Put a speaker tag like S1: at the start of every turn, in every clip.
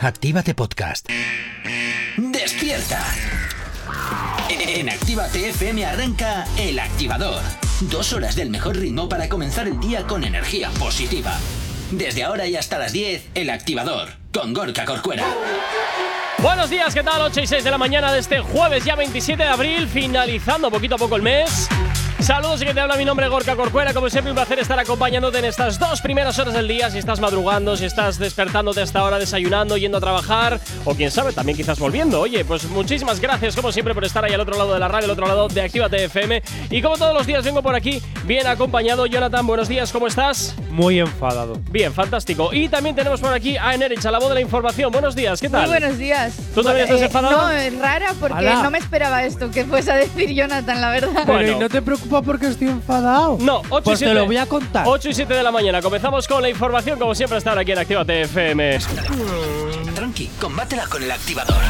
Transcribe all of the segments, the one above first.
S1: Actívate Podcast.
S2: ¡Despierta! En Actívate FM arranca El Activador. Dos horas del mejor ritmo para comenzar el día con energía positiva. Desde ahora y hasta las 10, El Activador, con Gorka Corcuera.
S3: Buenos días, ¿qué tal? 8 y 6 de la mañana de este jueves, ya 27 de abril, finalizando poquito a poco el mes. Saludos y que te habla mi nombre es Gorka Corcuera. Como siempre, un placer estar acompañándote en estas dos primeras horas del día. Si estás madrugando, si estás despertándote hasta ahora, desayunando, yendo a trabajar, o quién sabe, también quizás volviendo. Oye, pues muchísimas gracias, como siempre, por estar ahí al otro lado de la radio, al otro lado de Actívate FM. Y como todos los días, vengo por aquí bien acompañado. Jonathan, buenos días, ¿cómo estás?
S4: Muy enfadado.
S3: Bien, fantástico. Y también tenemos por aquí a Enerich, a la voz de la información. Buenos días, ¿qué tal?
S5: Muy buenos días. Eh,
S3: ¿Tú también estás enfadada?
S5: No, es rara porque
S4: Alá.
S5: no me esperaba esto que fuese a decir Jonathan, la verdad.
S3: Bueno.
S4: Pero ¿y no te preocupa porque estoy enfadado.
S3: No, 8
S4: Pues
S3: y
S4: te
S3: 7.
S4: lo voy a contar.
S3: 8 y 7 de la mañana. Comenzamos con la información, como siempre, hasta ahora aquí en Activa TFM.
S2: Tranqui, combátela con El Activador.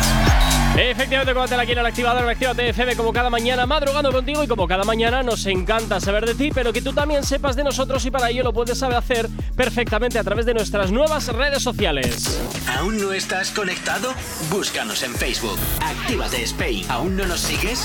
S3: Eh, Efectivamente, combátela aquí en el activador en Activa TFM, como cada mañana, madrugando contigo y como cada mañana, nos encanta saber de ti, pero que tú también sepas de nosotros y para ello lo puedes saber hacer perfectamente a través de nuestras nuevas redes sociales.
S2: ¿Aún no estás conectado? Búscanos en Facebook. Actívate Spain. ¿Aún no nos sigues?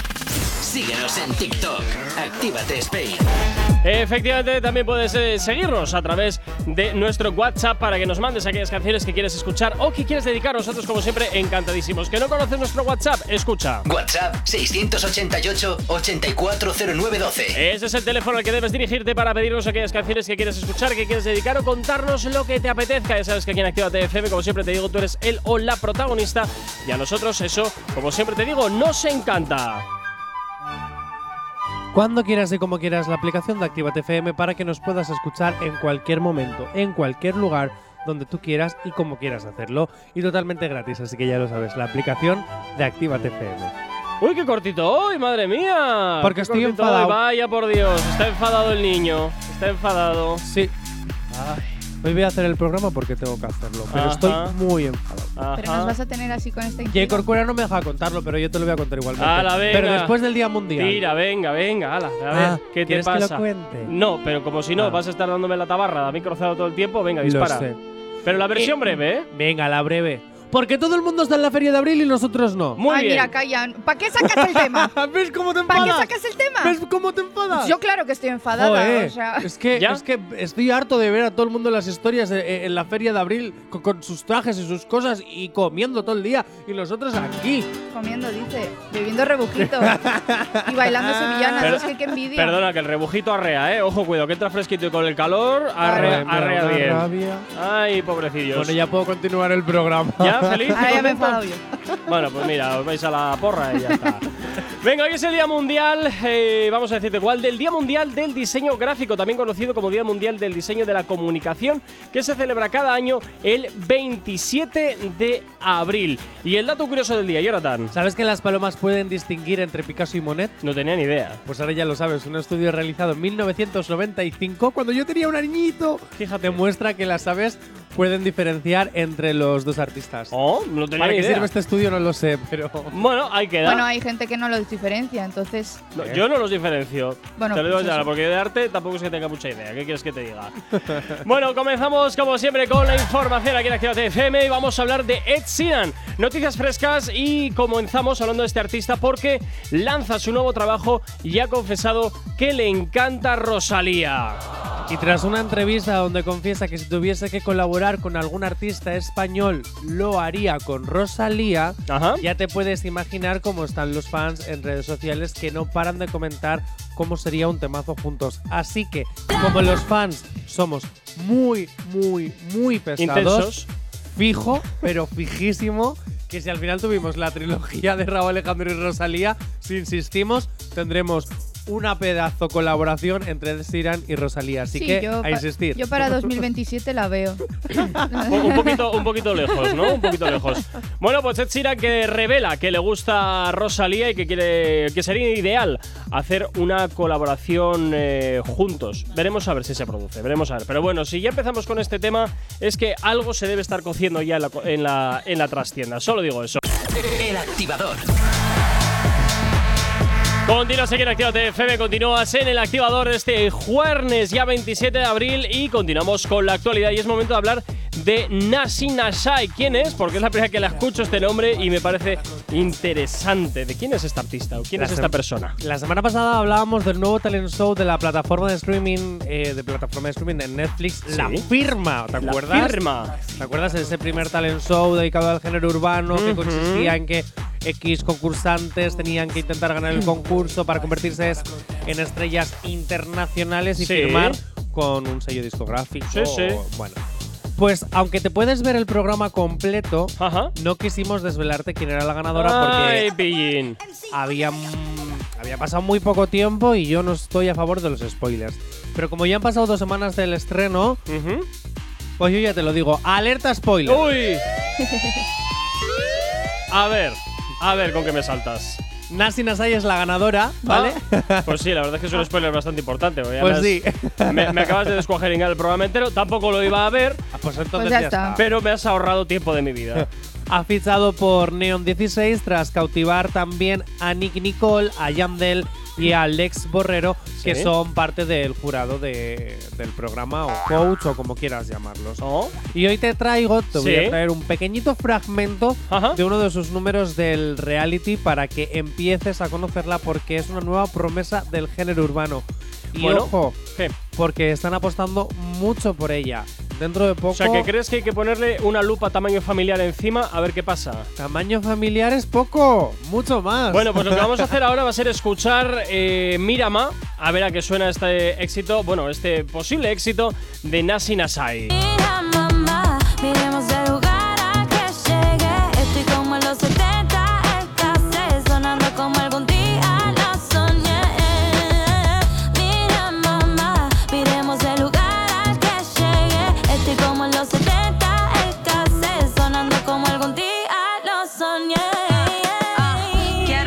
S2: Síguenos en TikTok. Actívate Spain.
S3: Efectivamente, también puedes eh, seguirnos a través de nuestro WhatsApp para que nos mandes aquellas canciones que quieres escuchar o que quieres dedicar. Nosotros, como siempre, encantadísimos. Que no conoces nuestro WhatsApp, escucha.
S2: WhatsApp 688 840912.
S3: Ese es el teléfono al que debes dirigirte para pedirnos aquellas canciones que quieres escuchar, que quieres dedicar o contarnos lo que te apetezca. Ya sabes que aquí en Activa TFM, como siempre te digo, tú eres el o la protagonista y a nosotros eso, como siempre te digo, nos encanta.
S4: Cuando quieras y como quieras, la aplicación de Actívate FM para que nos puedas escuchar en cualquier momento, en cualquier lugar, donde tú quieras y como quieras hacerlo. Y totalmente gratis, así que ya lo sabes, la aplicación de Actívate FM.
S3: Uy, qué cortito hoy, madre mía.
S4: Porque
S3: Qué
S4: estoy
S3: cortito hoy,
S4: enfadado.
S3: Vaya por Dios, está enfadado el niño. Está enfadado.
S4: Sí. Ay, hoy voy a hacer el programa porque tengo que hacerlo, pero
S3: Ajá.
S4: estoy muy enfadado.
S5: Pero nos vas a tener así con
S4: J.
S5: esta intriga.
S4: Corcuera no me deja contarlo, pero yo te lo voy a contar igualmente.
S3: Ala, venga.
S4: Pero después del Día Mundial.
S3: Tira, venga, venga, ala, a ver,
S4: Ah,
S3: ¿qué te
S4: ¿quieres que
S3: pasa?
S4: lo cuente?
S3: No, pero como si no,
S4: Ah.
S3: vas a estar dándome la tabarra, a mí cruzado todo el tiempo, venga,
S4: Lo
S3: dispara.
S4: sé.
S3: Pero la versión breve, ¿eh?
S4: Venga, la breve. Porque todo el mundo está en la feria de abril y nosotros no.
S3: Muy
S5: Ay,
S3: bien.
S5: mira, calla. ¿Para qué sacas el tema?
S4: ¿Ves cómo te
S5: ¿Para qué
S4: enfadas?
S5: sacas el tema?
S4: ¿Ves cómo te enfadas?
S5: Yo claro que estoy enfadada,
S4: Joder,
S5: o sea.
S4: es, que,
S3: ¿Ya?
S4: es que estoy harto de ver a todo el mundo en las historias de- eh, en la feria de abril con, con sus trajes y sus cosas y comiendo todo el día y nosotros aquí.
S5: Comiendo, dice. Bebiendo rebujitos. y bailando sevillanas.
S3: Per-
S5: es que qué envidia.
S3: Perdona, que el rebujito arrea, ¿eh? Ojo, cuidado, que entra fresquito y con el calor
S4: Joder,
S3: arrea,
S4: me da
S3: arrea
S4: una
S3: bien.
S4: rabia.
S3: Ay, pobrecillos.
S4: Bueno, ya puedo continuar el programa.
S3: ¿Ya? ¿Feliz?
S5: Ahora ya me
S3: ¿Contento?
S5: he enfadado yo.
S3: Bueno, pues mira, os vais a la porra y ya está. Venga, hoy es el Día Mundial, eh, vamos a decirte cuál, del Día Mundial del Diseño Gráfico, también conocido como Día Mundial del Diseño de la Comunicación, que se celebra cada año el 27 de abril. Y el dato curioso del día, Jonathan.
S4: ¿Sabes que las palomas pueden distinguir entre Picasso y Monet?
S3: No tenía ni idea.
S4: Pues ahora ya lo sabes, un estudio realizado en 1995, cuando yo tenía un añito,
S3: Fíjate.
S4: demuestra que las aves pueden diferenciar entre los dos artistas.
S3: Oh, no tenía
S4: ¿Para
S3: ni
S4: qué
S3: idea.
S4: sirve este estudio? No lo sé, pero.
S3: Bueno, hay que dar.
S5: Bueno, hay gente que no los diferencia, entonces.
S3: No, yo no los diferencio.
S5: Bueno,
S3: te lo digo
S5: pues
S3: ya,
S5: eso.
S3: porque de arte tampoco es que tenga mucha idea. ¿Qué quieres que te diga? bueno, comenzamos como siempre con la información aquí en Actívate FM y vamos a hablar de Ed Sheeran. Noticias frescas y comenzamos hablando de este artista porque lanza su nuevo trabajo y ha confesado que le encanta Rosalía.
S4: Y tras una entrevista donde confiesa que si tuviese que colaborar con algún artista español, lo haría con Rosalía.
S3: Ajá.
S4: Ya te puedes imaginar cómo están los fans en redes sociales que no paran de comentar cómo sería un temazo juntos. Así que, como los fans somos muy, muy, muy pesados,
S3: Intensos.
S4: fijo, pero fijísimo, que si al final tuvimos la trilogía de Raúl Alejandro y Rosalía, si insistimos, tendremos una pedazo colaboración entre Ed Sheeran y Rosalía. Así
S5: sí,
S4: que,
S5: yo
S4: a
S5: pa-
S4: insistir.
S5: Yo para 2027 la veo.
S3: Un un poquito, un poquito lejos, ¿no? Un poquito lejos. Bueno, pues Ed Sheeran que revela que le gusta Rosalía y que quiere que sería ideal hacer una colaboración eh, juntos. Veremos a ver si se produce, veremos a ver. Pero bueno, si ya empezamos con este tema, es que algo se debe estar cociendo ya en la, co- en la, en la trastienda. Solo digo eso.
S2: El Activador.
S3: Continúas aquí en Actívate FM, continúas en el activador este jueves ya 27 de abril y continuamos con la actualidad y es momento de hablar de Nasi Nasai. ¿Quién es? Porque es la primera que la escucho este nombre y me parece interesante. ¿De quién es esta artista o quién
S4: La
S3: es
S4: sem-
S3: esta persona?
S4: La semana pasada hablábamos del nuevo talent show de la plataforma de streaming, eh, de plataforma de streaming de Netflix, La
S3: Sí.
S4: Firma, ¿te
S3: La
S4: acuerdas?
S3: firma.
S4: ¿Te acuerdas de ese primer talent show dedicado al género urbano que
S3: Ujú.
S4: consistía en que X concursantes tenían que intentar ganar el concurso para convertirse es- en estrellas internacionales y
S3: Sí.
S4: firmar con un sello discográfico?
S3: Sí, sí.
S4: o- Bueno, pues aunque te puedes ver el programa completo,
S3: Ajá.
S4: no quisimos desvelarte quién era la ganadora porque
S3: Ay, pillín.
S4: había, mm, había pasado muy poco tiempo y yo no estoy a favor de los spoilers. Pero como ya han pasado dos semanas del estreno,
S3: Ujú.
S4: pues yo ya te lo digo, alerta spoiler.
S3: Uy. A ver, a ver con qué me saltas.
S4: Nasi Nasai es la ganadora, ¿vale?
S3: Ah, Pues sí, la verdad es que es un spoiler bastante importante. porque ya
S4: Pues
S3: me has- Me, me acabas de descuajeringar el programa entero, tampoco lo iba a ver,
S4: Ah, Pues entonces
S5: Pues
S4: ya,
S5: ya
S4: está.
S5: está.
S3: pero me has ahorrado tiempo de mi vida.
S4: Ha fichado por Neon 16 tras cautivar también a Nick Nicole, a Yandel y a Alex Borrero, que
S3: Sí.
S4: son parte del jurado de- del programa o coach o como quieras llamarlos.
S3: ¿No?
S4: Y hoy te traigo, te voy
S3: Sí.
S4: a traer un pequeñito fragmento
S3: Ajá.
S4: de uno de sus números del reality para que empieces a conocerla porque es una nueva promesa del género urbano. Y
S3: Bueno.
S4: ojo,
S3: ¿Qué?
S4: porque están apostando mucho por ella. Dentro de poco,
S3: O sea, que crees que hay que ponerle una lupa tamaño familiar encima a ver qué pasa.
S4: tamaño familiar es poco, mucho más.
S3: Bueno, pues lo que vamos a hacer ahora va a ser escuchar eh, Mirama, a ver a qué suena este éxito, bueno, este posible éxito de Nasi Nasai.
S1: Mira, mamá, miremos el lugar a que llegué. Estoy como en los 70, escasez, sonando como algún día lo soñé. Mira, mamá, miremos el lugar a que llegué. Estoy como en los 70, escasez, sonando como algún día lo soñé.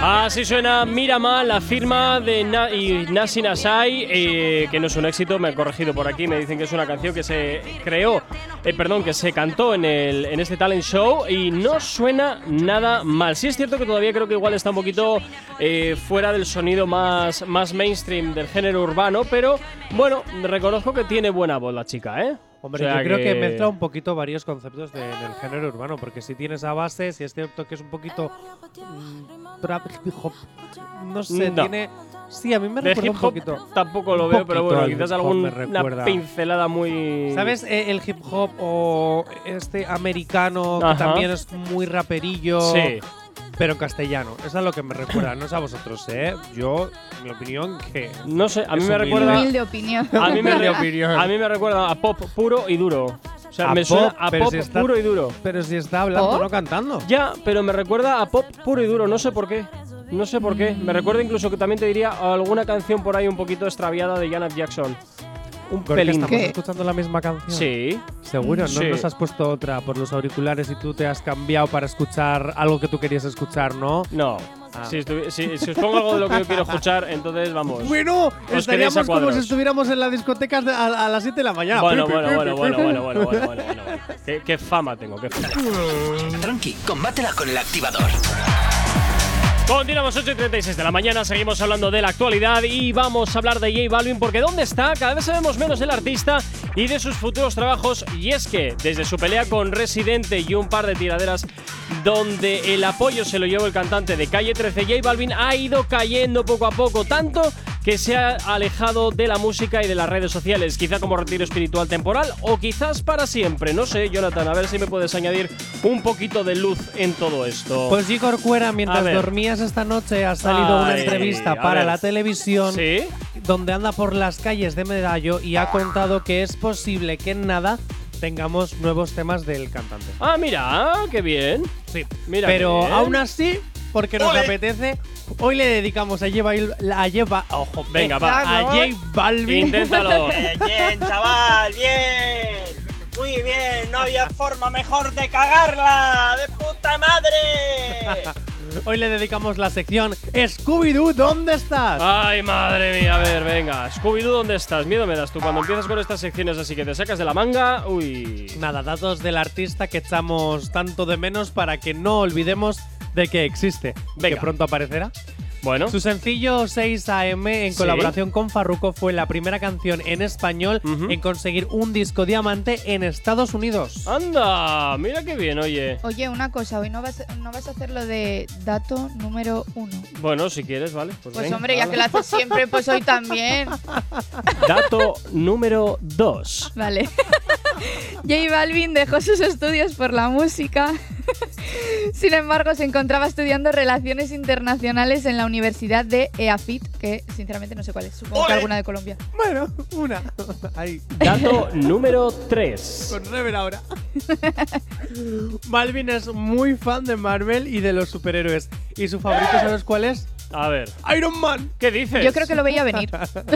S3: Así suena Mirama, la firma de Na y Nasi Nasai, eh, que no es un éxito, me han corregido por aquí, me dicen que es una canción que se creó, eh, perdón, que se cantó en, el, en este talent show y no suena nada mal. Sí es cierto que todavía creo que igual está un poquito eh, fuera del sonido más, más mainstream del género urbano, pero bueno, reconozco que tiene buena voz la chica, ¿eh?
S4: Hombre,
S3: O sea
S4: yo creo que... mezcla un poquito varios conceptos de- del género urbano, porque si tienes a base, si es cierto que es un poquito mm, trap, hip hop, no sé,
S3: No.
S4: tiene... Sí, a mí me
S3: De
S4: recuerda
S3: hip
S4: un
S3: hop
S4: poquito.
S3: tampoco lo
S4: un
S3: veo, pero
S4: poquito
S3: bueno,
S4: al
S3: quizás
S4: hip hop me
S3: alguna
S4: recuerda.
S3: pincelada muy...
S4: ¿Sabes eh, el hip hop o este americano que
S3: Ajá.
S4: también es muy raperillo?
S3: Sí.
S4: Pero en castellano. Eso es a lo que me recuerda, no es a vosotros, ¿eh? Yo, mi opinión, que.
S3: No sé, a mí
S4: Es
S3: me
S4: humilde.
S3: recuerda.
S5: Humilde opinión.
S3: A mí, me
S4: Humilde
S3: re-
S4: opinión.
S3: a mí me recuerda a pop puro y duro. O sea,
S4: A
S3: me suena
S4: pop,
S3: a
S4: pero
S3: pop
S4: si está-
S3: puro y duro.
S4: Pero si está hablando,
S5: ¿Oh?
S4: no cantando.
S3: Ya, pero me recuerda a pop puro y duro, no sé por qué. No sé por qué. Me recuerda incluso que también te diría a alguna canción por ahí un poquito extraviada de Janet Jackson. Un
S4: Porque
S3: pelín.
S4: estamos
S5: ¿Qué?
S4: escuchando la misma canción.
S3: Sí.
S4: Seguro, ¿no
S3: Sí.
S4: nos has puesto otra por los auriculares y tú te has cambiado para escuchar algo que tú querías escuchar, ¿no?
S3: No.
S4: Ah.
S3: Si, estuvi- si- si os pongo algo de lo que yo quiero escuchar, entonces vamos.
S4: Bueno,
S3: queréis estaríamos a como cuadros. si
S4: estuviéramos en la discoteca a, las 7 de la mañana.
S3: Bueno, bueno, bueno, bueno, bueno, bueno, bueno, bueno, bueno. Qué, qué fama tengo, qué fama.
S2: Tranqui, combátela con el activador.
S3: Continuamos 8 y 36 de la mañana, seguimos hablando de la actualidad y vamos a hablar de J Balvin porque ¿dónde está? Cada vez sabemos menos del artista y de sus futuros trabajos y es que desde su pelea con Residente y un par de tiraderas donde el apoyo se lo llevó el cantante de Calle 13, J Balvin ha ido cayendo poco a poco, tanto que se ha alejado de la música y de las redes sociales, quizá como retiro espiritual temporal o quizás para siempre, no sé Jonathan, a ver si me puedes añadir un poquito de luz en todo esto.
S4: Pues sí, Corcuera, mientras
S3: ver.
S4: dormías esta noche, ha salido una
S3: Ay, a
S4: entrevista para
S3: ver.
S4: la televisión
S3: sí.
S4: donde anda por las calles de Medallo y ha contado que es posible que en nada tengamos nuevos temas del cantante.
S3: Ah, mira, qué bien.
S4: Sí,
S3: Mira
S4: pero
S3: qué bien.
S4: aún así, porque nos
S2: Ole.
S4: apetece, hoy le dedicamos a lleva a lleva, ojo,
S3: Venga,
S4: eh,
S3: va.
S4: a
S5: Vamos.
S4: J Balvin.
S3: Inténtalo.
S6: Bien, chaval, bien. Muy bien, no había forma mejor de cagarla. ¡De puta madre!
S4: hoy le dedicamos la sección Scooby Doo, ¿dónde estás?
S3: Ay, madre mía, a ver, venga. Scooby-Doo, ¿dónde estás? Miedo me das tú. Cuando empiezas con estas secciones así que te sacas de la manga, uy.
S4: Nada, datos del artista que echamos tanto de menos para que no olvidemos de que existe.
S3: Venga.
S4: Que pronto aparecerá.
S3: Bueno.
S4: Su sencillo 6 AM en
S3: Sí.
S4: colaboración con Farruko fue la primera canción en español
S3: Ujú.
S4: en conseguir un disco diamante en Estados Unidos.
S3: Anda, mira qué bien, oye.
S5: Oye, una cosa, hoy no vas, no vas a hacer lo de dato número uno.
S3: Bueno, si quieres, vale. Pues,
S5: Pues
S3: venga,
S5: hombre, ya
S3: hala.
S5: que lo haces siempre, pues hoy también.
S3: Dato número 2.
S5: Vale. J Balvin dejó sus estudios por la música. Sin embargo, se encontraba estudiando Relaciones Internacionales en la Universidad de EAFIT, que sinceramente no sé cuál es, supongo que
S6: ¡Ole!
S5: alguna de Colombia.
S4: Bueno, una. Ahí.
S3: Dato número 3.
S4: Con Rever ahora. Malvin es muy fan de Marvel y de los superhéroes. ¿Y su favorito sabes cuál es?
S3: A ver,
S4: Iron Man.
S3: ¿qué dices?
S5: Yo creo que lo veía venir.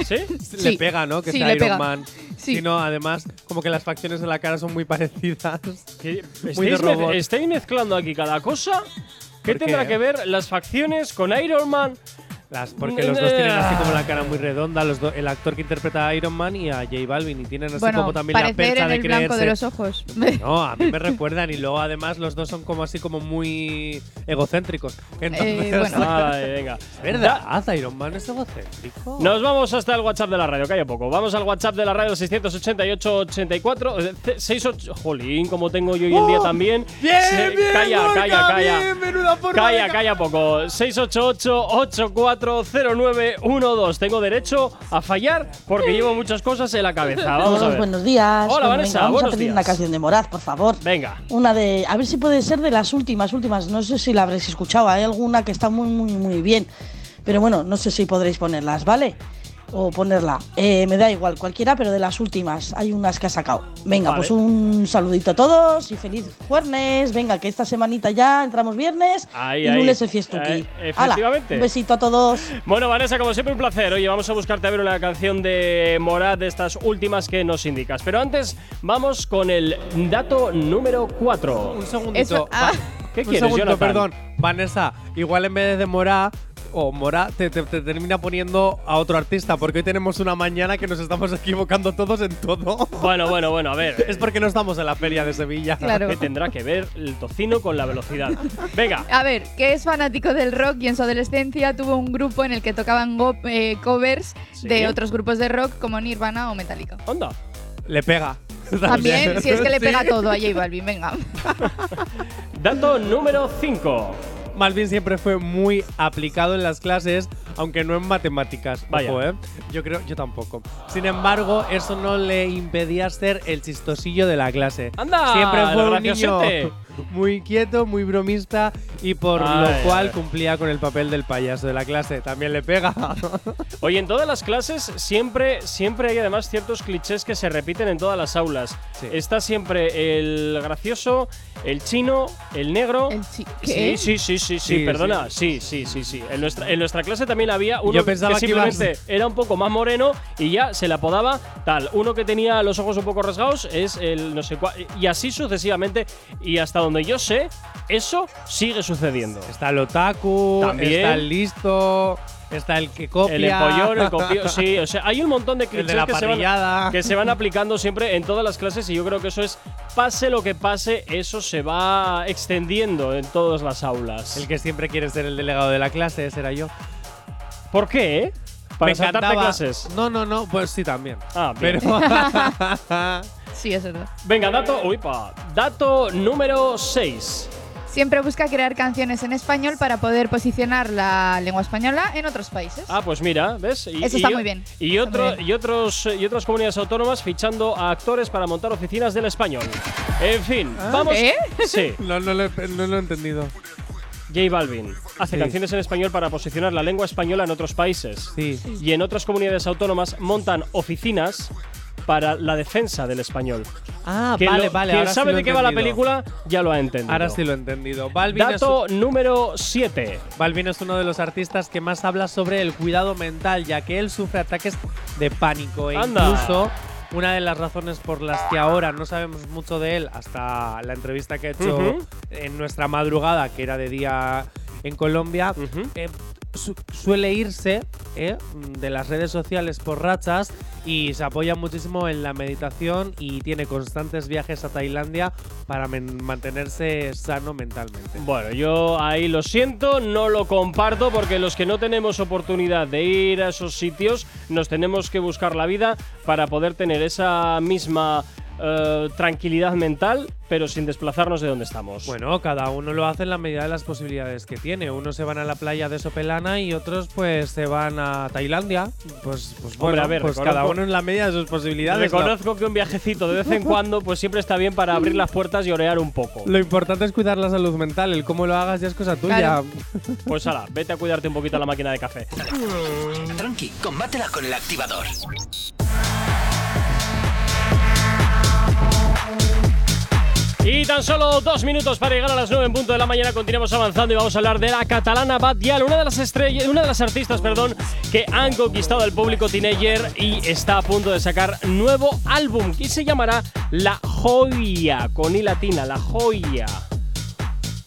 S3: ¿Sí?
S4: Le
S5: Sí.
S4: pega, ¿no? Que
S5: Sí,
S4: sea
S5: le
S4: Iron
S5: pega.
S4: Man.
S5: Sí.
S4: Si no, además, como que las facciones de la cara son muy parecidas.
S3: ¿Qué- ¿Estáis,
S4: de
S3: mez-
S4: robot.
S3: estáis mezclando aquí cada cosa? ¿Qué
S4: ¿Por
S3: tendrá
S4: qué?
S3: que ver las facciones con Iron Man?
S4: Las, porque los dos tienen así como la cara muy redonda, los do- el actor que interpreta a Iron Man y a J Balvin, y tienen así
S5: Bueno,
S4: como también la
S5: parecer
S4: percha
S5: en
S4: de
S5: el blanco
S4: creerse.
S5: de los ojos.
S4: no, a mí me recuerdan y luego además los dos son como así como muy egocéntricos. Entonces,
S5: Eh, bueno.
S3: Ay, venga.
S4: ¿verdad? Iron Man es egocéntrico.
S3: Nos vamos hasta el WhatsApp de la radio, calla poco. Vamos al WhatsApp de la radio 688-84. 68. Jolín, como tengo yo hoy en día
S4: ¡Oh!
S3: también.
S4: Bien,
S3: Se-
S4: bien,
S3: calla,
S4: Gorka,
S3: calla, calla.
S4: bien, menuda forma
S3: calla,
S4: de-
S3: calla poco. 688-840912. Tengo derecho a fallar porque llevo muchas cosas en la cabeza. Vamos a
S7: Todos,
S3: ver.
S7: buenos días.
S3: Hola,
S7: Bueno,
S3: Vanessa,
S7: venga, vamos
S3: buenos
S7: a pedir
S3: días.
S7: una canción de Moraz, por favor.
S3: Venga.
S7: Una de, a ver si puede ser de las últimas, últimas. No sé si la habréis escuchado. Hay alguna que está muy, muy, muy bien. Pero bueno, no sé si podréis ponerlas, ¿vale? O ponerla. Eh, me da igual, cualquiera, pero de las últimas. Hay unas que ha sacado. Venga,
S3: Vale.
S7: pues un saludito a todos y feliz jueves. Venga, que esta semanita ya entramos viernes
S3: Ahí,
S7: y
S3: ahí.
S7: lunes es fiestuki.
S3: Eh,
S7: Hala,
S3: efectivamente.
S7: un besito a todos.
S3: Bueno, Vanessa, como siempre, un placer. Oye, vamos a buscarte a ver una canción de Morat de estas últimas que nos indicas. Pero antes, vamos con el dato número 4.
S4: Un segundito.
S5: Eso- ah.
S4: Va-
S3: ¿Qué
S4: un
S3: quieres,
S4: segundo,
S3: Jonathan?
S4: perdón. Vanessa, igual en vez de Morá o Morá, te, te- te termina poniendo a otro artista, porque hoy tenemos una mañana que nos estamos equivocando todos en todo.
S3: Bueno, bueno, bueno, a ver.
S4: es porque no estamos en la feria de Sevilla.
S5: Claro.
S3: ¿Qué tendrá que ver el tocino con la velocidad? Venga.
S5: A ver, que es fanático del rock y en su adolescencia tuvo un grupo en el que tocaban go- eh, covers
S3: Sí.
S5: de otros grupos de rock como Nirvana o Metallica.
S3: Onda.
S4: Le pega.
S5: También, si es que le
S4: Sí.
S5: pega todo a J Balvin, venga.
S3: Dato número 5.
S4: Malvin siempre fue muy aplicado en las clases, aunque no en matemáticas.
S3: Vaya.
S4: Ojo, ¿eh? Yo creo, yo tampoco. Sin embargo, eso no le impedía ser el chistosillo de la clase.
S3: Anda,
S4: siempre
S3: el
S4: fue un niño
S3: graciosete.
S4: muy quieto, muy bromista y por
S3: Ay,
S4: lo cual
S3: ay.
S4: cumplía con el papel del payaso de la clase. También le pega.
S3: Oye, en todas las clases siempre, siempre hay además ciertos clichés que se repiten en todas las aulas.
S4: Sí.
S3: Está siempre el gracioso, el chino, el negro.
S5: El chi-
S3: Sí,
S5: ¿qué?
S3: sí, sí, sí, sí,
S4: Sí,
S3: perdona. Sí, sí, sí, sí. En nuestra, en nuestra clase también había uno
S4: Yo pensaba
S3: que
S4: que ibas-
S3: simplemente era un poco más moreno y ya se le apodaba tal. Uno que tenía los ojos un poco rasgados es el no sé cuál. Y así sucesivamente. Y hasta donde yo sé, eso sigue sucediendo.
S4: está el otaku,
S3: También.
S4: está el listo, está el que copia.
S3: El empollón, el copio, sí, o sea, hay un montón de
S4: El
S3: clichés
S4: de la
S3: que, se van,
S4: parrillada.
S3: que se van aplicando siempre en todas las clases y yo creo que eso es, pase lo que pase, eso se va extendiendo en todas las aulas.
S4: El que siempre quiere ser el delegado de la clase, ese era yo.
S3: ¿Por qué? eh? Para
S4: Me
S3: saltarte
S4: encantaba.
S3: clases.
S4: No, no, no, pues sí también.
S3: Ah, bien.
S4: Pero
S5: Sí, es verdad.
S3: Venga, dato, uy, pa, dato número 6.
S5: Siempre busca crear canciones en español para poder posicionar la lengua española en otros países.
S3: Ah, pues mira, ¿ves? Y,
S5: Eso está
S3: y-
S5: muy
S3: Y,
S5: bien. Está muy
S3: otro,
S5: bien.
S3: y, otros, y otras comunidades autónomas fichando a actores para montar oficinas del español. En fin,
S4: Ah.
S3: vamos.
S5: ¿Eh?
S3: Sí.
S4: no, no, lo he- no lo he entendido.
S3: J Balvin hace
S4: Sí.
S3: canciones en español para posicionar la lengua española en otros países.
S4: Sí.
S3: Y en otras comunidades autónomas montan oficinas para la defensa del español.
S4: Ah,
S3: Quien
S4: vale,
S3: lo-
S4: vale.
S3: Quien
S4: ahora sí
S3: sabe
S4: lo he
S3: de qué va la
S4: entendido.
S3: película ya lo ha entendido.
S4: Ahora sí lo he entendido. Balvin,
S3: Dato número 7.
S4: es, Balvin es uno de los artistas que más habla sobre el cuidado mental, ya que él sufre ataques de pánico. E
S3: Anda.
S4: incluso una de las razones por las que ahora no sabemos mucho de él, hasta la entrevista que ha hecho
S3: Ujú.
S4: en nuestra madrugada, que era de día en Colombia,
S3: Ujú.
S4: eh, su- suele irse ¿eh? de las redes sociales por rachas y se apoya muchísimo en la meditación y tiene constantes viajes a Tailandia para men- mantenerse sano mentalmente.
S3: Bueno, yo ahí lo siento, no lo comparto porque los que no tenemos oportunidad de ir a esos sitios nos tenemos que buscar la vida para poder tener esa misma eh, tranquilidad mental, pero sin desplazarnos de donde estamos.
S4: Bueno, cada uno lo hace en la medida de las posibilidades que tiene. Unos se van a la playa de Sopelana y otros pues se van a Tailandia. Pues, pues
S3: Hombre,
S4: bueno,
S3: a ver,
S4: pues
S3: reconozco-
S4: cada uno en la medida de sus posibilidades. ¿no?
S3: Reconozco que un viajecito de vez en cuando pues siempre está bien para abrir las puertas y orear un poco.
S4: Lo importante es cuidar la salud mental, el cómo lo hagas ya es cosa tuya.
S5: Claro.
S3: Pues ala, vete a cuidarte un poquito a la máquina de café.
S2: Tranqui, combátela con el activador.
S3: Y tan solo dos minutos para llegar a las 9 en punto de la mañana. Continuamos avanzando y vamos a hablar de la catalana Bad Gyal, una de las estrellas, una de las artistas, perdón, que han conquistado al público teenager y está a punto de sacar nuevo álbum que se llamará La Joya, con i latina, La Joya.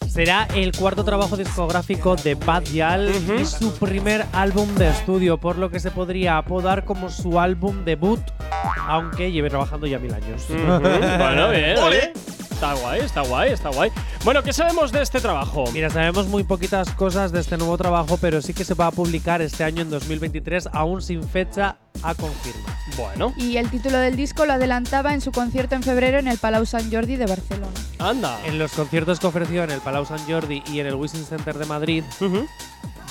S4: Será el cuarto trabajo discográfico de Bad Yal y su primer álbum de estudio, por lo que se podría apodar como su álbum debut, aunque lleve trabajando ya mil años.
S3: bueno, bien, oye. Está guay, está guay, está guay. Bueno, ¿qué sabemos de este trabajo?
S4: Mira, sabemos muy poquitas cosas de este nuevo trabajo, pero sí que se va a publicar este año en 2023, aún sin fecha a confirmar.
S3: Bueno,
S5: Y el título del disco lo adelantaba en su concierto en febrero en el Palau Sant Jordi de Barcelona.
S3: anda.
S4: En los conciertos que ofreció en el Palau Sant Jordi y en el Wishing Center de Madrid,
S3: Ujú.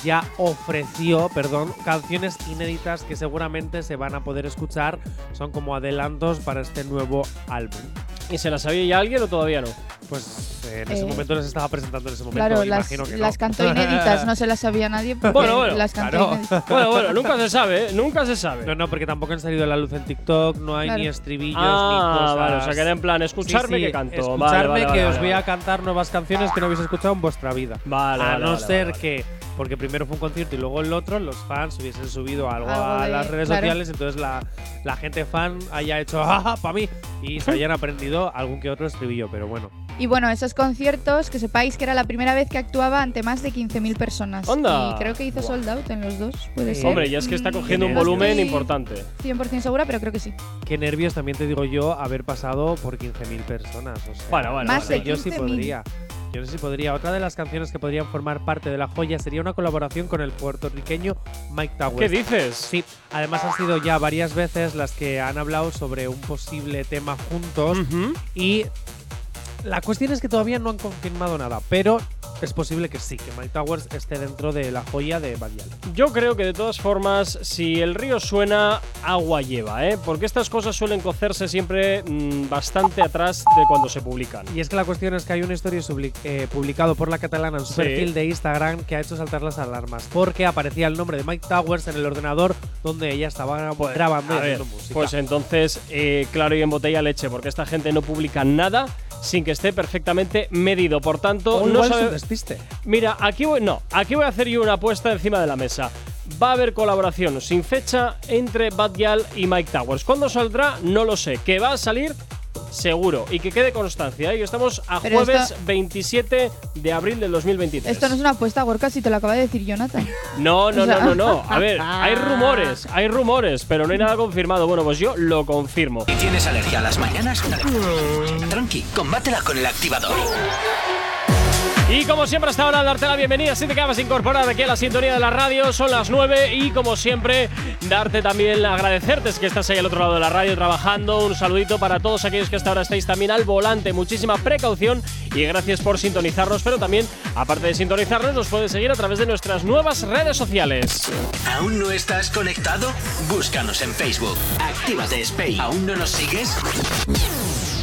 S4: ya ofreció, perdón, canciones inéditas que seguramente se van a poder escuchar, son como adelantos para este nuevo álbum.
S3: ¿Y se la sabía ya alguien o todavía no?
S4: Pues eh, en ese
S5: Eh,
S4: momento les estaba presentando en ese momento,
S5: Claro, las,
S4: imagino que no.
S5: las cantó inéditas, no se las sabía nadie porque
S3: Bueno, bueno,
S5: las cantó
S4: claro.
S5: inéditas.
S3: Bueno, bueno, nunca se sabe, ¿eh? nunca se sabe.
S4: No, no, porque tampoco han salido a la luz en TikTok, no hay
S5: Claro.
S4: ni estribillos ni
S3: Ah,
S4: cosas.
S3: vale, o sea que era en plan, escucharme
S4: Sí, sí,
S3: que canto. Vale,
S4: Escucharme
S3: vale, vale,
S4: que os voy a
S3: vale.
S4: cantar nuevas canciones que no habéis escuchado en vuestra vida.
S3: Vale,
S4: a
S3: vale,
S4: no
S3: vale,
S4: ser
S3: vale,
S4: que, porque primero fue un concierto y luego el otro, los fans hubiesen subido algo,
S5: Algo
S4: a
S5: de-
S4: las redes
S5: Ah, claro.
S4: sociales, entonces la, la gente fan haya hecho ¡ah, para mí! y se hayan aprendido algún que otro estribillo, pero bueno.
S5: Y bueno, esos conciertos, que sepáis que era la primera vez que actuaba ante más de 15.000 personas.
S3: Onda.
S5: Y creo que hizo
S3: Guau.
S5: sold out en los dos, puede
S4: Eh,
S5: ser. Mm,
S3: Hombre, ya es que está cogiendo un
S4: Genial.
S3: volumen
S5: Sí.
S3: importante.
S4: Pues
S5: 100% segura, pero creo que sí.
S4: Qué nervios también te digo yo haber pasado por 15.000 personas. O sea,
S3: Bueno, bueno,
S5: Más
S4: o sea,
S5: de
S4: yo sí
S5: 15.000.
S4: podría. Yo no sé si podría. Otra de las canciones que podrían formar parte de la joya sería una colaboración con el puertorriqueño Mike Towers.
S3: ¿Qué dices?
S4: Sí, además han sido ya varias veces las que han hablado sobre un posible tema juntos
S3: Ujú.
S4: y la cuestión es que todavía no han confirmado nada, pero es posible que sí, que Mike Towers esté dentro de la joya de Badial.
S3: Yo creo que de todas formas, si el río suena, agua lleva, ¿eh? Porque estas cosas suelen cocerse siempre mm, bastante atrás de cuando se publican.
S4: Y es que la cuestión es que hay una historia subli- eh, publicado por la catalana en su
S3: Sí.
S4: perfil de Instagram que ha hecho saltar las alarmas porque aparecía el nombre de Mike Towers en el ordenador donde ella estaba grabando y
S3: Pues, A ver,
S4: haciendo música.
S3: pues entonces, eh, claro y en botella leche, porque esta gente no publica nada sin que esté perfectamente medido. Por tanto,
S4: O
S3: no
S4: igual es
S3: sabe-
S4: un despiste.
S3: Mira, aquí voy, no, aquí voy a hacer yo una apuesta encima de la mesa. Va a haber colaboración sin fecha entre Bad Gyal y Mike Towers. ¿Cuándo saldrá? No lo sé. Que va a salir seguro y que quede constancia. ¿eh? Y estamos a
S5: Pero
S3: jueves
S5: esto-
S3: 27 de abril del 2023.
S5: Esto no es una apuesta, Gorka, si te lo acaba de decir Jonathan.
S3: No, no,
S5: O sea-
S3: no, no, no. A ver, hay rumores, hay rumores, pero no hay nada confirmado. Bueno, pues yo lo confirmo.
S2: ¿Y tienes alergia a las mañanas? Tranqui, combátela con el activador.
S3: Y como siempre hasta ahora, darte la bienvenida si te acabas de incorporar aquí a la sintonía de la radio, son las 9 y como siempre, darte también agradecerte es que estás ahí al otro lado de la radio trabajando, un saludito para todos aquellos que hasta ahora estáis también al volante, muchísima precaución y gracias por sintonizarnos, pero también, aparte de sintonizarnos, nos puedes seguir a través de nuestras nuevas redes sociales.
S2: ¿Aún no estás conectado? Búscanos en Facebook. Actívate Spain. ¿Aún no nos sigues?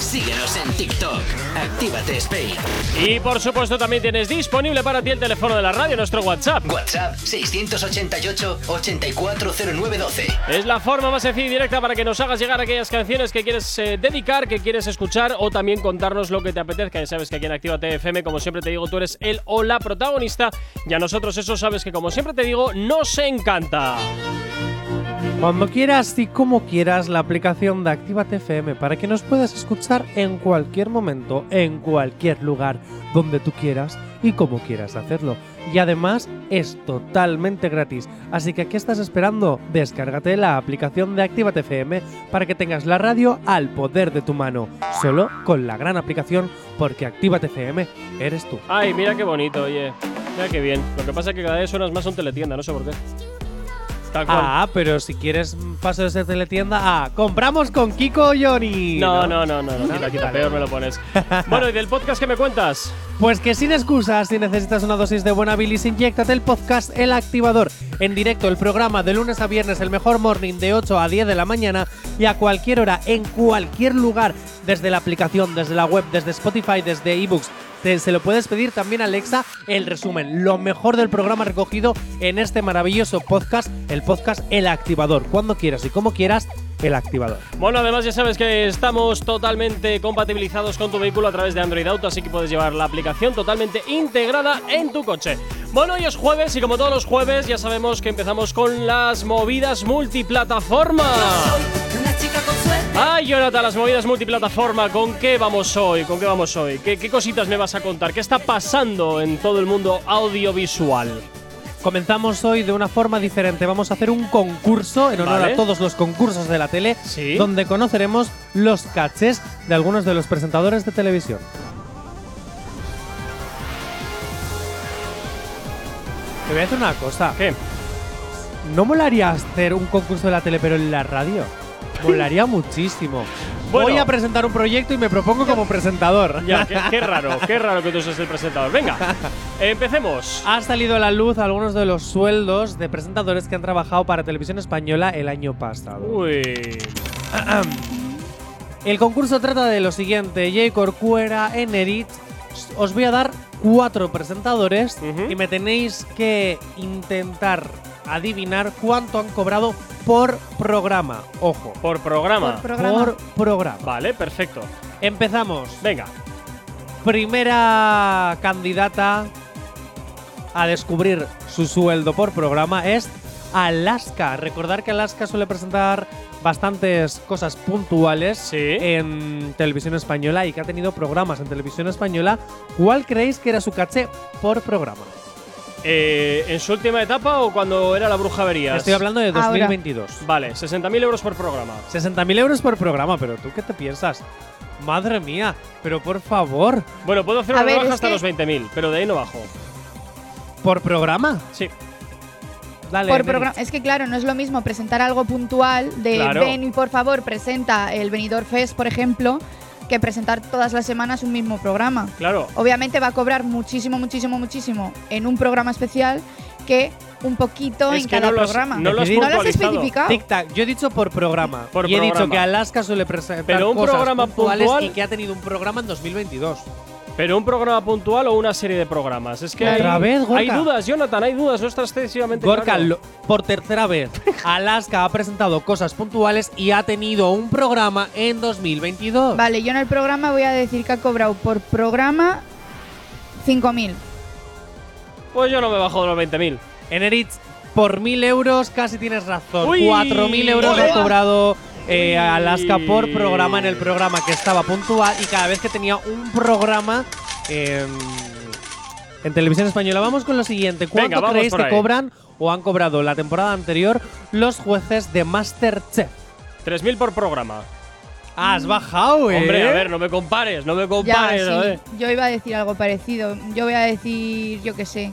S2: Síguenos en TikTok. Actívate Spain.
S3: Y por supuesto también tienes disponible para ti el teléfono de la radio, nuestro WhatsApp.
S2: WhatsApp 688 840912.
S3: Es la forma más sencilla y directa para que nos hagas llegar aquellas canciones que quieres eh, dedicar, que quieres escuchar o también contarnos lo que te apetezca. Ya sabes que aquí en Activa TFM, como siempre te digo, tú eres el o la protagonista y a nosotros eso sabes que, como siempre te digo, nos encanta.
S4: Cuando quieras y como quieras, la aplicación de Actívate FM para que nos puedas escuchar en cualquier momento, en cualquier lugar, donde tú quieras y como quieras hacerlo. Y además es totalmente gratis. Así que, ¿qué estás esperando? Descárgate la aplicación de Actívate FM para que tengas la radio al poder de tu mano. Solo con la gran aplicación, porque Actívate FM eres tú.
S3: Ay, mira qué bonito, oye. Mira qué bien. Lo que pasa es que cada vez suenas más a un teletienda, no sé por qué. Tal cual.
S4: Ah, pero si quieres mm, paso de ser teletienda, ah, compramos con Kiko Yoni.
S3: no, no, no, no, no, quita, quita, peor me lo pones. Bueno, ¿y del podcast que me cuentas?
S4: Pues que sin excusas, si necesitas una dosis de buena bilis, inyectate el podcast El Activador. En directo el programa de lunes a viernes, el mejor morning de 8 a 10 de la mañana y a cualquier hora, en cualquier lugar, desde la aplicación, desde la web, desde Spotify, desde ebooks. Te- se lo puedes pedir también a Alexa el resumen, lo mejor del programa recogido en este maravilloso podcast, el podcast El Activador. Cuando quieras y como quieras, El Activador.
S3: Bueno, además ya sabes que estamos totalmente compatibilizados con tu vehículo a través de Android Auto, así que puedes llevar la aplicación totalmente integrada en tu coche. Bueno, hoy es jueves y como todos los jueves ya sabemos que empezamos con las movidas multiplataforma. Ay, Jonathan, las movidas multiplataforma, ¿con qué vamos hoy? ¿Con qué vamos hoy? ¿Qué, qué cositas me vas a contar? ¿Qué está pasando en todo el mundo audiovisual?
S4: Comenzamos hoy de una forma diferente. Vamos a hacer un concurso en honor
S3: Vale.
S4: a todos los concursos de la tele,
S3: Sí.
S4: donde conoceremos los cachés de algunos de los presentadores de televisión. Te voy a decir una cosa.
S3: ¿Qué?
S4: No molaría hacer un concurso de la tele, pero en la radio. Molaría muchísimo.
S3: Bueno.
S4: Voy a presentar un proyecto y me propongo como presentador.
S3: Ya, qué, qué raro, qué raro que tú seas el presentador. Venga, empecemos.
S4: Ha salido a la luz algunos de los sueldos de presentadores que han trabajado para Televisión Española el año pasado.
S3: Uy,
S4: El concurso trata de lo siguiente: Jay Corcuera, Enerit. Os voy a dar cuatro presentadores
S3: Ujú.
S4: y me tenéis que intentar adivinar cuánto han cobrado por programa. Ojo.
S3: por programa.
S5: Por programa.
S4: Por programa.
S3: Vale, perfecto.
S4: Empezamos.
S3: Venga.
S4: Primera candidata a descubrir su sueldo por programa es Alaska. Recordar que Alaska suele presentar bastantes cosas puntuales
S3: Sí.
S4: en televisión española y que ha tenido programas en televisión española. ¿Cuál creéis que era su caché por programa?
S3: Eh, ¿En su última etapa o cuando era la brujavería?
S4: Estoy hablando de
S5: Ahora.
S4: 2022.
S3: Vale, 60.000 euros por programa.
S4: 60.000 euros por programa, pero ¿tú qué te piensas? Madre mía, pero por favor,
S3: Bueno, puedo hacer
S5: A
S3: una
S5: ver,
S3: rebaja
S5: es
S3: hasta
S5: que-
S3: los 20.000, pero de ahí no bajo.
S4: por programa.
S3: Sí.
S4: Dale.
S5: Por
S4: Neri.
S5: programa- es que claro, no es lo mismo presentar algo puntual de
S3: Claro.
S5: ven y por favor presenta el Venidor Fest, por ejemplo, que presentar todas las semanas un mismo programa.
S3: Claro.
S5: Obviamente va a cobrar muchísimo, muchísimo, muchísimo en un programa especial que un poquito
S3: Es
S5: en
S3: que
S5: cada
S3: no lo has-
S5: programa.
S3: no lo has
S5: lo has
S3: puntualizado.
S5: especificado.
S4: Tic tac, yo he dicho por programa.
S3: Por
S4: y he dicho
S3: programa.
S4: que Alaska suele presentar
S3: Pero un
S4: cosas
S3: programa
S4: puntuales
S3: puntual-
S4: y que ha tenido un programa en 2022.
S3: Pero un programa puntual o una serie de programas. Es que
S4: Otra
S3: hay,
S4: vez, Gorka.
S3: hay dudas, Jonathan, hay dudas. No está excesivamente
S4: Gorka,
S3: claro.
S4: lo- por tercera vez, Alaska ha presentado cosas puntuales y ha tenido un programa en 2022.
S5: Vale, yo en el programa voy a decir que ha cobrado por programa 5.000.
S3: Pues yo no me bajo de los 20.000.
S4: En Eritz, por mil euros casi tienes razón.
S3: Uy.
S4: 4.000 euros
S3: Ole.
S4: ha cobrado eh,
S3: Uy.
S4: Alaska por programa en el programa que estaba puntual y cada vez que tenía un programa em, en televisión española. Vamos con lo siguiente. ¿Cuánto
S3: Venga, vamos
S4: creéis
S3: por
S4: que
S3: ahí.
S4: cobran o han cobrado la temporada anterior los jueces de Masterchef?
S3: 3.000 por programa.
S4: Has bajado, eh.
S3: Hombre, a ver, no me compares, no me
S5: Ya,
S3: compares. Pues a ver.
S5: sí, yo iba a decir algo parecido. Yo voy a decir, yo qué sé.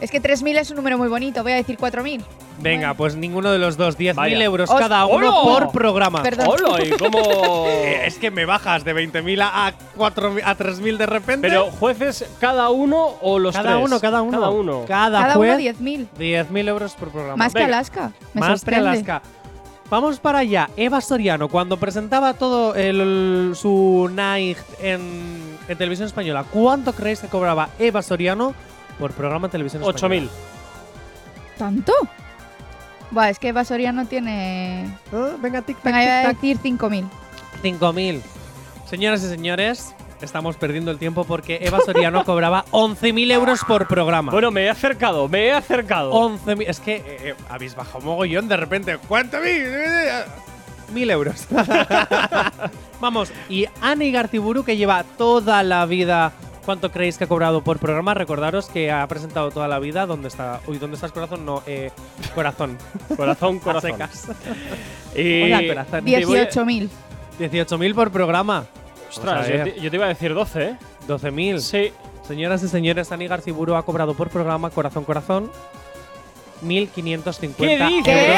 S5: Es que 3.000 es un número muy bonito, voy a decir 4.000.
S4: Venga, pues ninguno de los dos. 10.000
S3: Vaya.
S4: euros
S5: Os-
S4: cada uno
S3: ¡Hola!
S4: por programa.
S5: Perdón.
S3: Hola, ¿y cómo...?
S4: Eh, Es que me bajas de 20.000 a, a 4.000 a 3.000 de repente.
S3: Pero jueces cada uno o los
S4: cada
S3: tres?
S4: uno, cada uno.
S3: Cada uno.
S4: Cada,
S5: Cada uno
S4: juez,
S5: 10.000.
S4: 10.000 euros por programa.
S5: Más que
S3: Venga.
S5: Alaska. Me
S4: Más que
S5: sorprende.
S4: Alaska. Vamos para allá. Eva Soriano, cuando presentaba todo el- su night en, en televisión española, ¿cuánto creéis que cobraba Eva Soriano por programa en televisión española?
S3: 8.000.
S5: ¿Tanto? Buah, es que Eva Soriano tiene.
S4: Ah, Venga, tic, tac,
S5: Venga, iba a
S4: tic, tac.
S5: decir 5.000.
S4: 5.000. Señoras y señores, Estamos perdiendo el tiempo porque Eva Soriano cobraba 11.000 euros por programa.
S3: Bueno, me he acercado, me he acercado.
S4: 11.000. Es que eh, eh, habéis bajado mogollón de repente. ¿Cuánto mil? Mil euros. Vamos, y Ani Gartiburu, que lleva toda la vida. ¿Cuánto creéis que ha cobrado por programa? Recordaros que ha presentado toda la vida. ¿Dónde está? Uy, ¿dónde estás, corazón? No, eh, corazón.
S3: Corazón,
S4: A
S3: corazón.
S4: secas.
S3: Y-
S4: Hola, corazón.
S3: te voy a-
S5: 18.000.
S4: 18.000 por programa. Vamos
S3: Ostras,
S4: a
S3: yo
S4: ver.
S3: te, yo te iba a decir 12, ¿eh?
S4: 12.000.
S3: Sí.
S4: Señoras y señores, Ani Garciburu ha cobrado por programa Corazón Corazón 1.550
S3: ¿Qué
S4: euros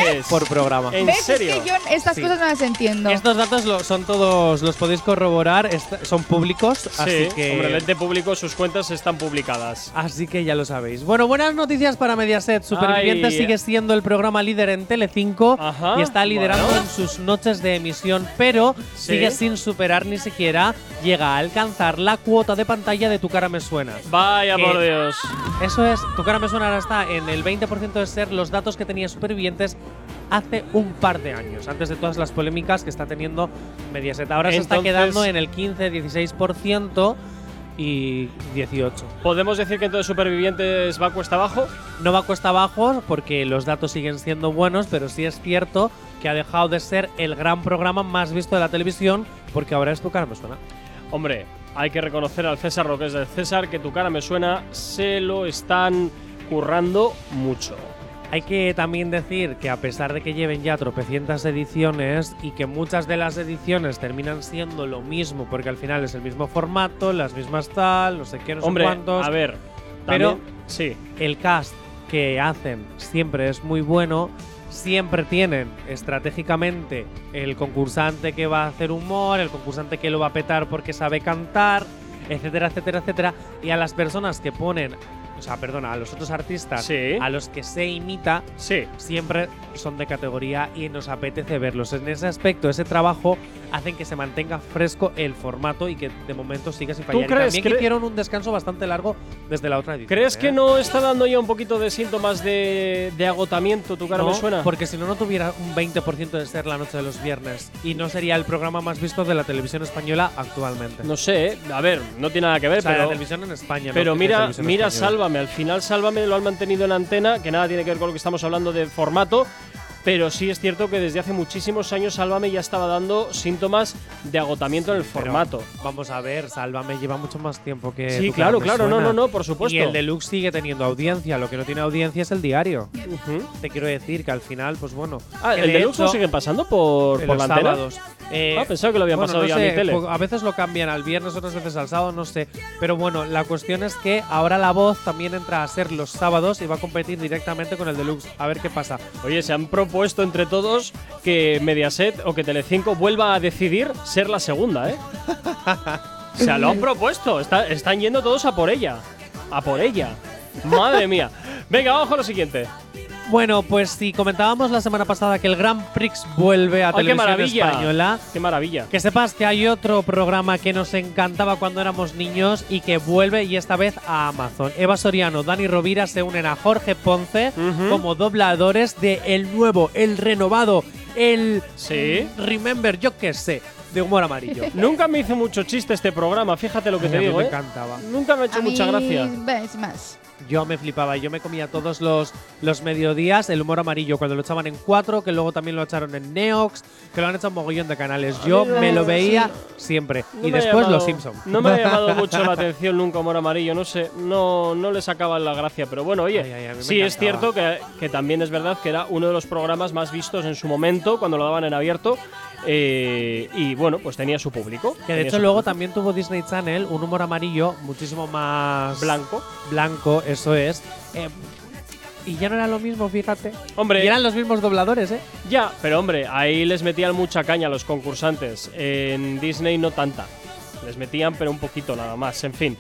S3: dices?
S4: por programa.
S3: ¿En
S5: ¿Ves? Es
S3: serio?
S5: que yo estas
S4: Sí.
S5: cosas no las entiendo.
S4: Estos datos lo- son todos, los podéis corroborar, est- son públicos,
S3: sí,
S4: así que
S3: hombre, el ente público, sus cuentas están publicadas.
S4: así que ya lo sabéis. Bueno, buenas noticias para Mediaset. Supervivientes
S3: Ay.
S4: sigue siendo el programa líder en Telecinco
S3: Ajá,
S4: y está liderando
S3: bueno.
S4: en sus noches de emisión, pero
S3: Sí.
S4: sigue sin superar ni siquiera llega a alcanzar la cuota de pantalla de Tu cara me suena.
S3: Vaya
S4: Que-
S3: por Dios.
S4: Eso es, tu cara me suena ahora está en el 20% de ser los datos que tenía Supervivientes hace un par de años, antes de todas las polémicas que está teniendo Mediaset. Ahora se está
S3: Entonces-
S4: quedando en el 15-16% y 18.
S3: ¿Podemos decir que entonces Supervivientes va cuesta abajo?
S4: No va cuesta abajo porque los datos siguen siendo buenos, pero sí es cierto que ha dejado de ser el gran programa más visto de la televisión porque ahora es tu cara me suena.
S3: Hombre, hay que reconocer al César lo que es del César, que tu cara me suena, se lo están currando mucho.
S4: Hay que también decir que a pesar de que lleven ya tropecientas ediciones y que muchas de las ediciones terminan siendo lo mismo, porque al final es el mismo formato, las mismas tal, no sé qué, no sé
S3: Hombre,
S4: Pues cuántos,
S3: a ver,
S4: Pero-
S3: también- sí,
S4: el cast que hacen siempre es muy bueno, siempre tienen estratégicamente el concursante que va a hacer humor, el concursante que lo va a petar porque sabe cantar, etcétera, etcétera, etcétera, y a las personas que ponen, o sea, perdona, a los otros artistas,
S3: Sí.
S4: a los que se imita,
S3: sí.
S4: siempre son de categoría y nos apetece verlos. En ese aspecto, ese trabajo hacen que se mantenga fresco el formato y que de momento siga sin fallar. Y
S3: crees
S4: también
S3: que-
S4: que hicieron un descanso bastante largo desde la otra edición.
S3: ¿Crees que
S4: ¿eh?
S3: no está dando ya un poquito de síntomas de, de agotamiento? ¿Tu cara
S4: No,
S3: me suena?
S4: Porque si no, no tuviera un 20% de ser la noche de los viernes y no sería el programa más visto de la televisión española actualmente.
S3: No sé, ¿eh? a ver, no tiene nada que ver,
S4: O sea, la
S3: pero,
S4: televisión en España. ¿no?
S3: pero
S4: Que
S3: mira,
S4: televisión
S3: mira
S4: española.
S3: Sálvame. Al final Sálvame lo han mantenido en antena, que nada tiene que ver con lo que estamos hablando de formato, pero sí es cierto que desde hace muchísimos años Sálvame ya estaba dando síntomas de agotamiento en el
S4: Pero
S3: formato.
S4: vamos a ver, Sálvame lleva mucho más tiempo que.
S3: sí,
S4: eh, Tu cara
S3: claro,
S4: me
S3: claro, no,
S4: suena.
S3: no, no, por supuesto.
S4: Y el deluxe sigue teniendo audiencia. Lo que no tiene audiencia es el diario.
S3: Ujú.
S4: Te quiero decir que al final, pues bueno.
S3: Ah,
S4: que
S3: el
S4: de
S3: deluxe
S4: hecho,
S3: lo siguen pasando por,
S4: en
S3: por la
S4: los
S3: antena.
S4: sábados. Eh,
S3: Ah, pensaba que lo habían
S4: bueno,
S3: pasado
S4: no
S3: ya
S4: sé,
S3: en mi tele.
S4: po- A veces lo cambian al viernes, otras veces al sábado, no sé. Pero bueno, la cuestión es que ahora la voz también entra a ser los sábados y va a competir directamente con el deluxe. A ver qué pasa.
S3: Oye, se han propuesto entre todos que Mediaset o que Telecinco vuelva a decidir ser la segunda, ¿eh? o sea, lo han propuesto. Está- están yendo todos a por ella. A por ella. Madre mía. Venga, vamos con lo siguiente.
S4: Bueno, pues si comentábamos la semana pasada que el Grand Prix vuelve a
S3: ¡Ay, qué
S4: televisión
S3: maravilla!
S4: española.
S3: Qué maravilla.
S4: Que sepas que hay otro programa que nos encantaba cuando éramos niños y que vuelve y esta vez a Amazon. Eva Soriano, Dani Rovira se unen a Jorge Ponce
S3: Ujú.
S4: como dobladores de el nuevo, el renovado, el
S3: Sí.
S4: Remember, yo qué sé, de humor amarillo.
S3: Nunca me hizo mucho chiste este programa, fíjate lo que
S4: Ay,
S3: te
S4: a mí
S3: digo,
S4: me
S3: ¿eh?
S4: encantaba.
S3: Nunca me ha hecho
S5: A mí,
S3: mucha gracia.
S5: ves, más.
S4: Yo me flipaba, yo me comía todos los, los mediodías el humor amarillo, cuando lo echaban en cuatro, que luego también lo echaron en Neox, que lo han hecho en mogollón de canales. Yo me lo veía siempre.
S3: No
S4: y
S3: me ha
S4: después
S3: llamado-
S4: los Simpsons.
S3: No me ha llamado mucho la atención nunca Amor Amarillo, no sé, no, no le sacaban la gracia, pero bueno, oye,
S4: Ay, ay, a mí me
S3: sí es cierto
S4: encantaba.
S3: que, que también es verdad que era uno de los programas más vistos en su momento, cuando lo daban en abierto, eh, y bueno, pues tenía su público.
S4: Que de
S3: tenía
S4: hecho
S3: su
S4: luego
S3: público.
S4: también tuvo Disney Channel un humor amarillo muchísimo más
S3: Blanco.
S4: blanco, eso es. Eh, y ya no era lo mismo, fíjate.
S3: Hombre,
S4: Y eran los mismos dobladores, ¿eh?
S3: ya, pero hombre, ahí les metían mucha caña a los concursantes, en Disney no tanta. Les metían, pero un poquito nada más, en fin.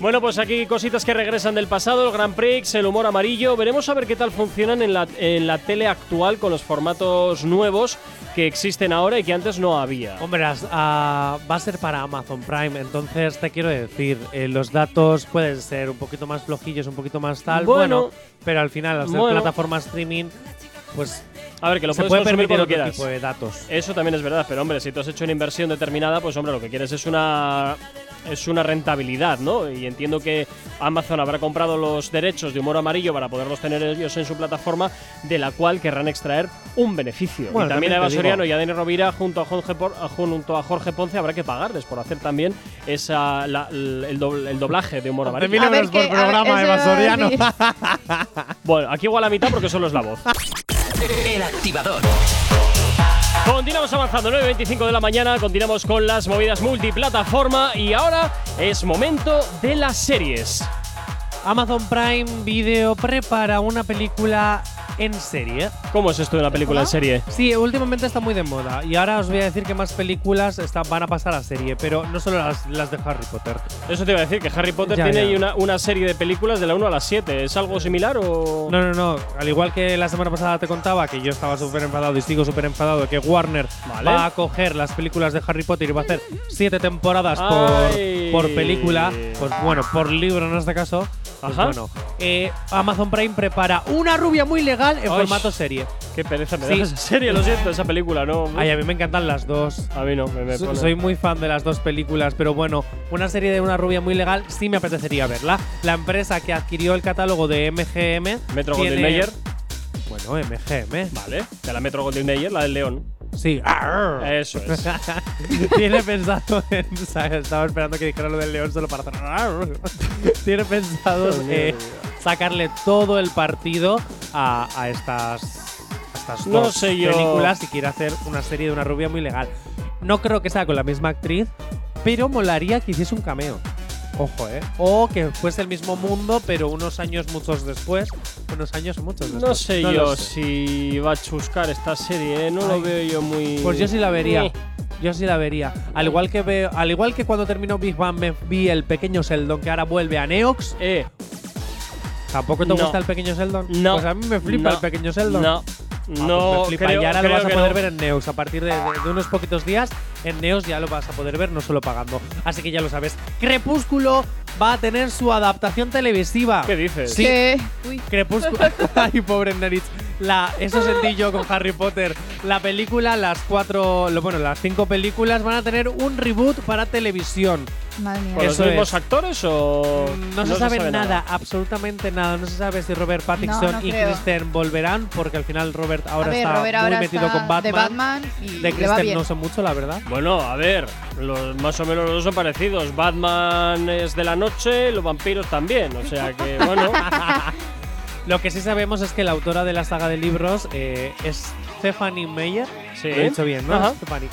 S3: Bueno, pues aquí cositas que regresan del pasado, el Grand Prix, el humor amarillo. Veremos a ver qué tal funcionan en la, en la tele actual con los formatos nuevos que existen ahora y que antes no había.
S4: Hombre, as- ah, va a ser para Amazon Prime, entonces te quiero decir, eh, los datos pueden ser un poquito más flojillos, un poquito más tal,
S3: Bueno.
S4: bueno, pero al final al ser
S3: Bueno.
S4: plataforma streaming, pues
S3: A ver, que lo
S4: se
S3: puedes
S4: puede
S3: consumir
S4: permitir
S3: cuando
S4: otro
S3: quieras.
S4: tipo de datos.
S3: Eso también es verdad, pero hombre, si tú has hecho una inversión determinada, pues hombre, lo que quieres es una es una rentabilidad, ¿no? Y entiendo que Amazon habrá comprado los derechos de humor amarillo para poderlos tener ellos en su plataforma, de la cual querrán extraer un beneficio.
S4: Bueno,
S3: y también
S4: también
S3: a Eva
S4: te digo-
S3: Soriano y a Dani Rovira, junto a Jorge, Por- a- junto a Jorge Ponce, habrá que pagarles por hacer también esa, la- el, doble- el doblaje de humor amarillo.
S4: mil
S5: A ver
S4: euros por
S5: qué- a ver,
S4: programa,
S5: eso
S4: Eva
S5: iba a
S4: Soriano.
S5: decir.
S3: Ah, Bueno, aquí igual la mitad porque solo es la voz.
S2: El activador.
S3: Continuamos avanzando, 9.25 de la mañana, continuamos con las movidas multiplataforma y ahora es momento de las series.
S4: Amazon Prime Video prepara una película en serie.
S3: ¿Cómo es esto de la película en serie?
S4: Sí, últimamente está muy de moda y ahora os voy a decir que más películas está- van a pasar a serie, pero no solo las, las de Harry Potter.
S3: Eso te iba a decir, que Harry Potter
S4: Ya,
S3: tiene
S4: ya.
S3: ahí Una, una serie de películas de la 1 a la 7. ¿Es algo similar o...?
S4: No, no, no. Al igual que la semana pasada te contaba que yo estaba súper enfadado y sigo súper enfadado de que Warner
S3: Vale.
S4: va a coger las películas de Harry Potter y va a hacer siete temporadas
S3: Ay.
S4: por, por película, por, bueno, por libro en este caso. Pues
S3: Ajá.
S4: bueno, eh, Amazon Prime prepara una rubia muy legal en
S3: Ay.
S4: formato serie.
S3: Qué pereza me
S4: Sí.
S3: da esa serie, lo siento, esa película, ¿no?
S4: Ay, a mí me encantan las dos.
S3: A mí no, me, me
S4: So-
S3: pone-
S4: Soy muy fan de las dos películas, pero bueno, una serie de una rubia muy legal sí me apetecería verla. La empresa que adquirió el catálogo de MGM.
S3: Metro
S4: tiene-
S3: Goldwyn Mayer,
S4: Bueno, MGM.
S3: vale. De la Metro Goldwyn Mayer, la del león.
S4: Sí.
S3: Eso es.
S4: Tiene pensado en. o sea, Estaba esperando que dijera lo del león solo para hacer. Tiene pensado eh, sacarle todo el partido a, a estas. a estas
S3: No
S4: dos
S3: sé yo.
S4: películas y quiere hacer una serie de una rubia muy legal. No creo que sea con la misma actriz, pero molaría que hiciese un cameo. Ojo, ¿eh? O que fuese el mismo mundo, pero unos años muchos después. Unos años muchos después.
S3: No sé
S4: lo
S3: yo
S4: sé.
S3: si va a chuscar esta serie, ¿eh? no
S4: Ay.
S3: lo veo yo muy...
S4: Pues yo sí la vería.
S3: Eh.
S4: Yo sí la vería. Al igual que veo, al igual que cuando terminó Big Bang me vi el pequeño Sheldon que ahora vuelve a Neox.
S3: Eh,
S4: ¿Tampoco te
S3: No.
S4: gusta el pequeño Sheldon?
S3: no.
S4: Pues a mí me flipa
S3: no,
S4: el pequeño Sheldon.
S3: No,
S4: Ah,
S3: no,
S4: pues me flipa.
S3: creo,
S4: y ahora lo
S3: creo
S4: vas a
S3: que
S4: poder
S3: no.
S4: ver en Neox. A partir de, de- de unos poquitos días, en Neox ya lo vas a poder ver, no solo pagando. Así que ya lo sabes. Crepúsculo va a tener su adaptación televisiva.
S3: ¿Qué dices?
S4: Sí.
S5: Que- uy.
S4: Crepúsculo. Ay, pobre nariz. La, eso sentí yo con Harry Potter. La película, las cuatro, lo, bueno, las cinco películas van a tener un reboot para televisión.
S5: Madre mía.
S3: ¿Con los
S4: Eso
S3: mismos
S4: es.
S3: actores o...?
S4: Mm, No, se sabe, nada, absolutamente nada. No se sabe si Robert Pattinson
S5: no
S4: y
S5: creo.
S4: Kristen volverán, porque al final Robert ahora
S5: a ver,
S4: está
S5: Robert
S4: muy
S5: ahora
S4: metido
S5: está
S4: con Batman.
S5: de Batman y
S4: De
S5: le va
S4: Kristen
S5: bien.
S4: no sé mucho, la verdad.
S3: Bueno, a ver, los, más o menos los dos son parecidos. Batman es de la noche, los vampiros también. O sea que, bueno,
S4: Lo que sí sabemos es que la autora de la saga de libros eh, es Stephanie Meyer.
S3: Sí.
S4: Lo he dicho bien, ¿no?
S3: ¿eh? Ajá.
S4: Stephanie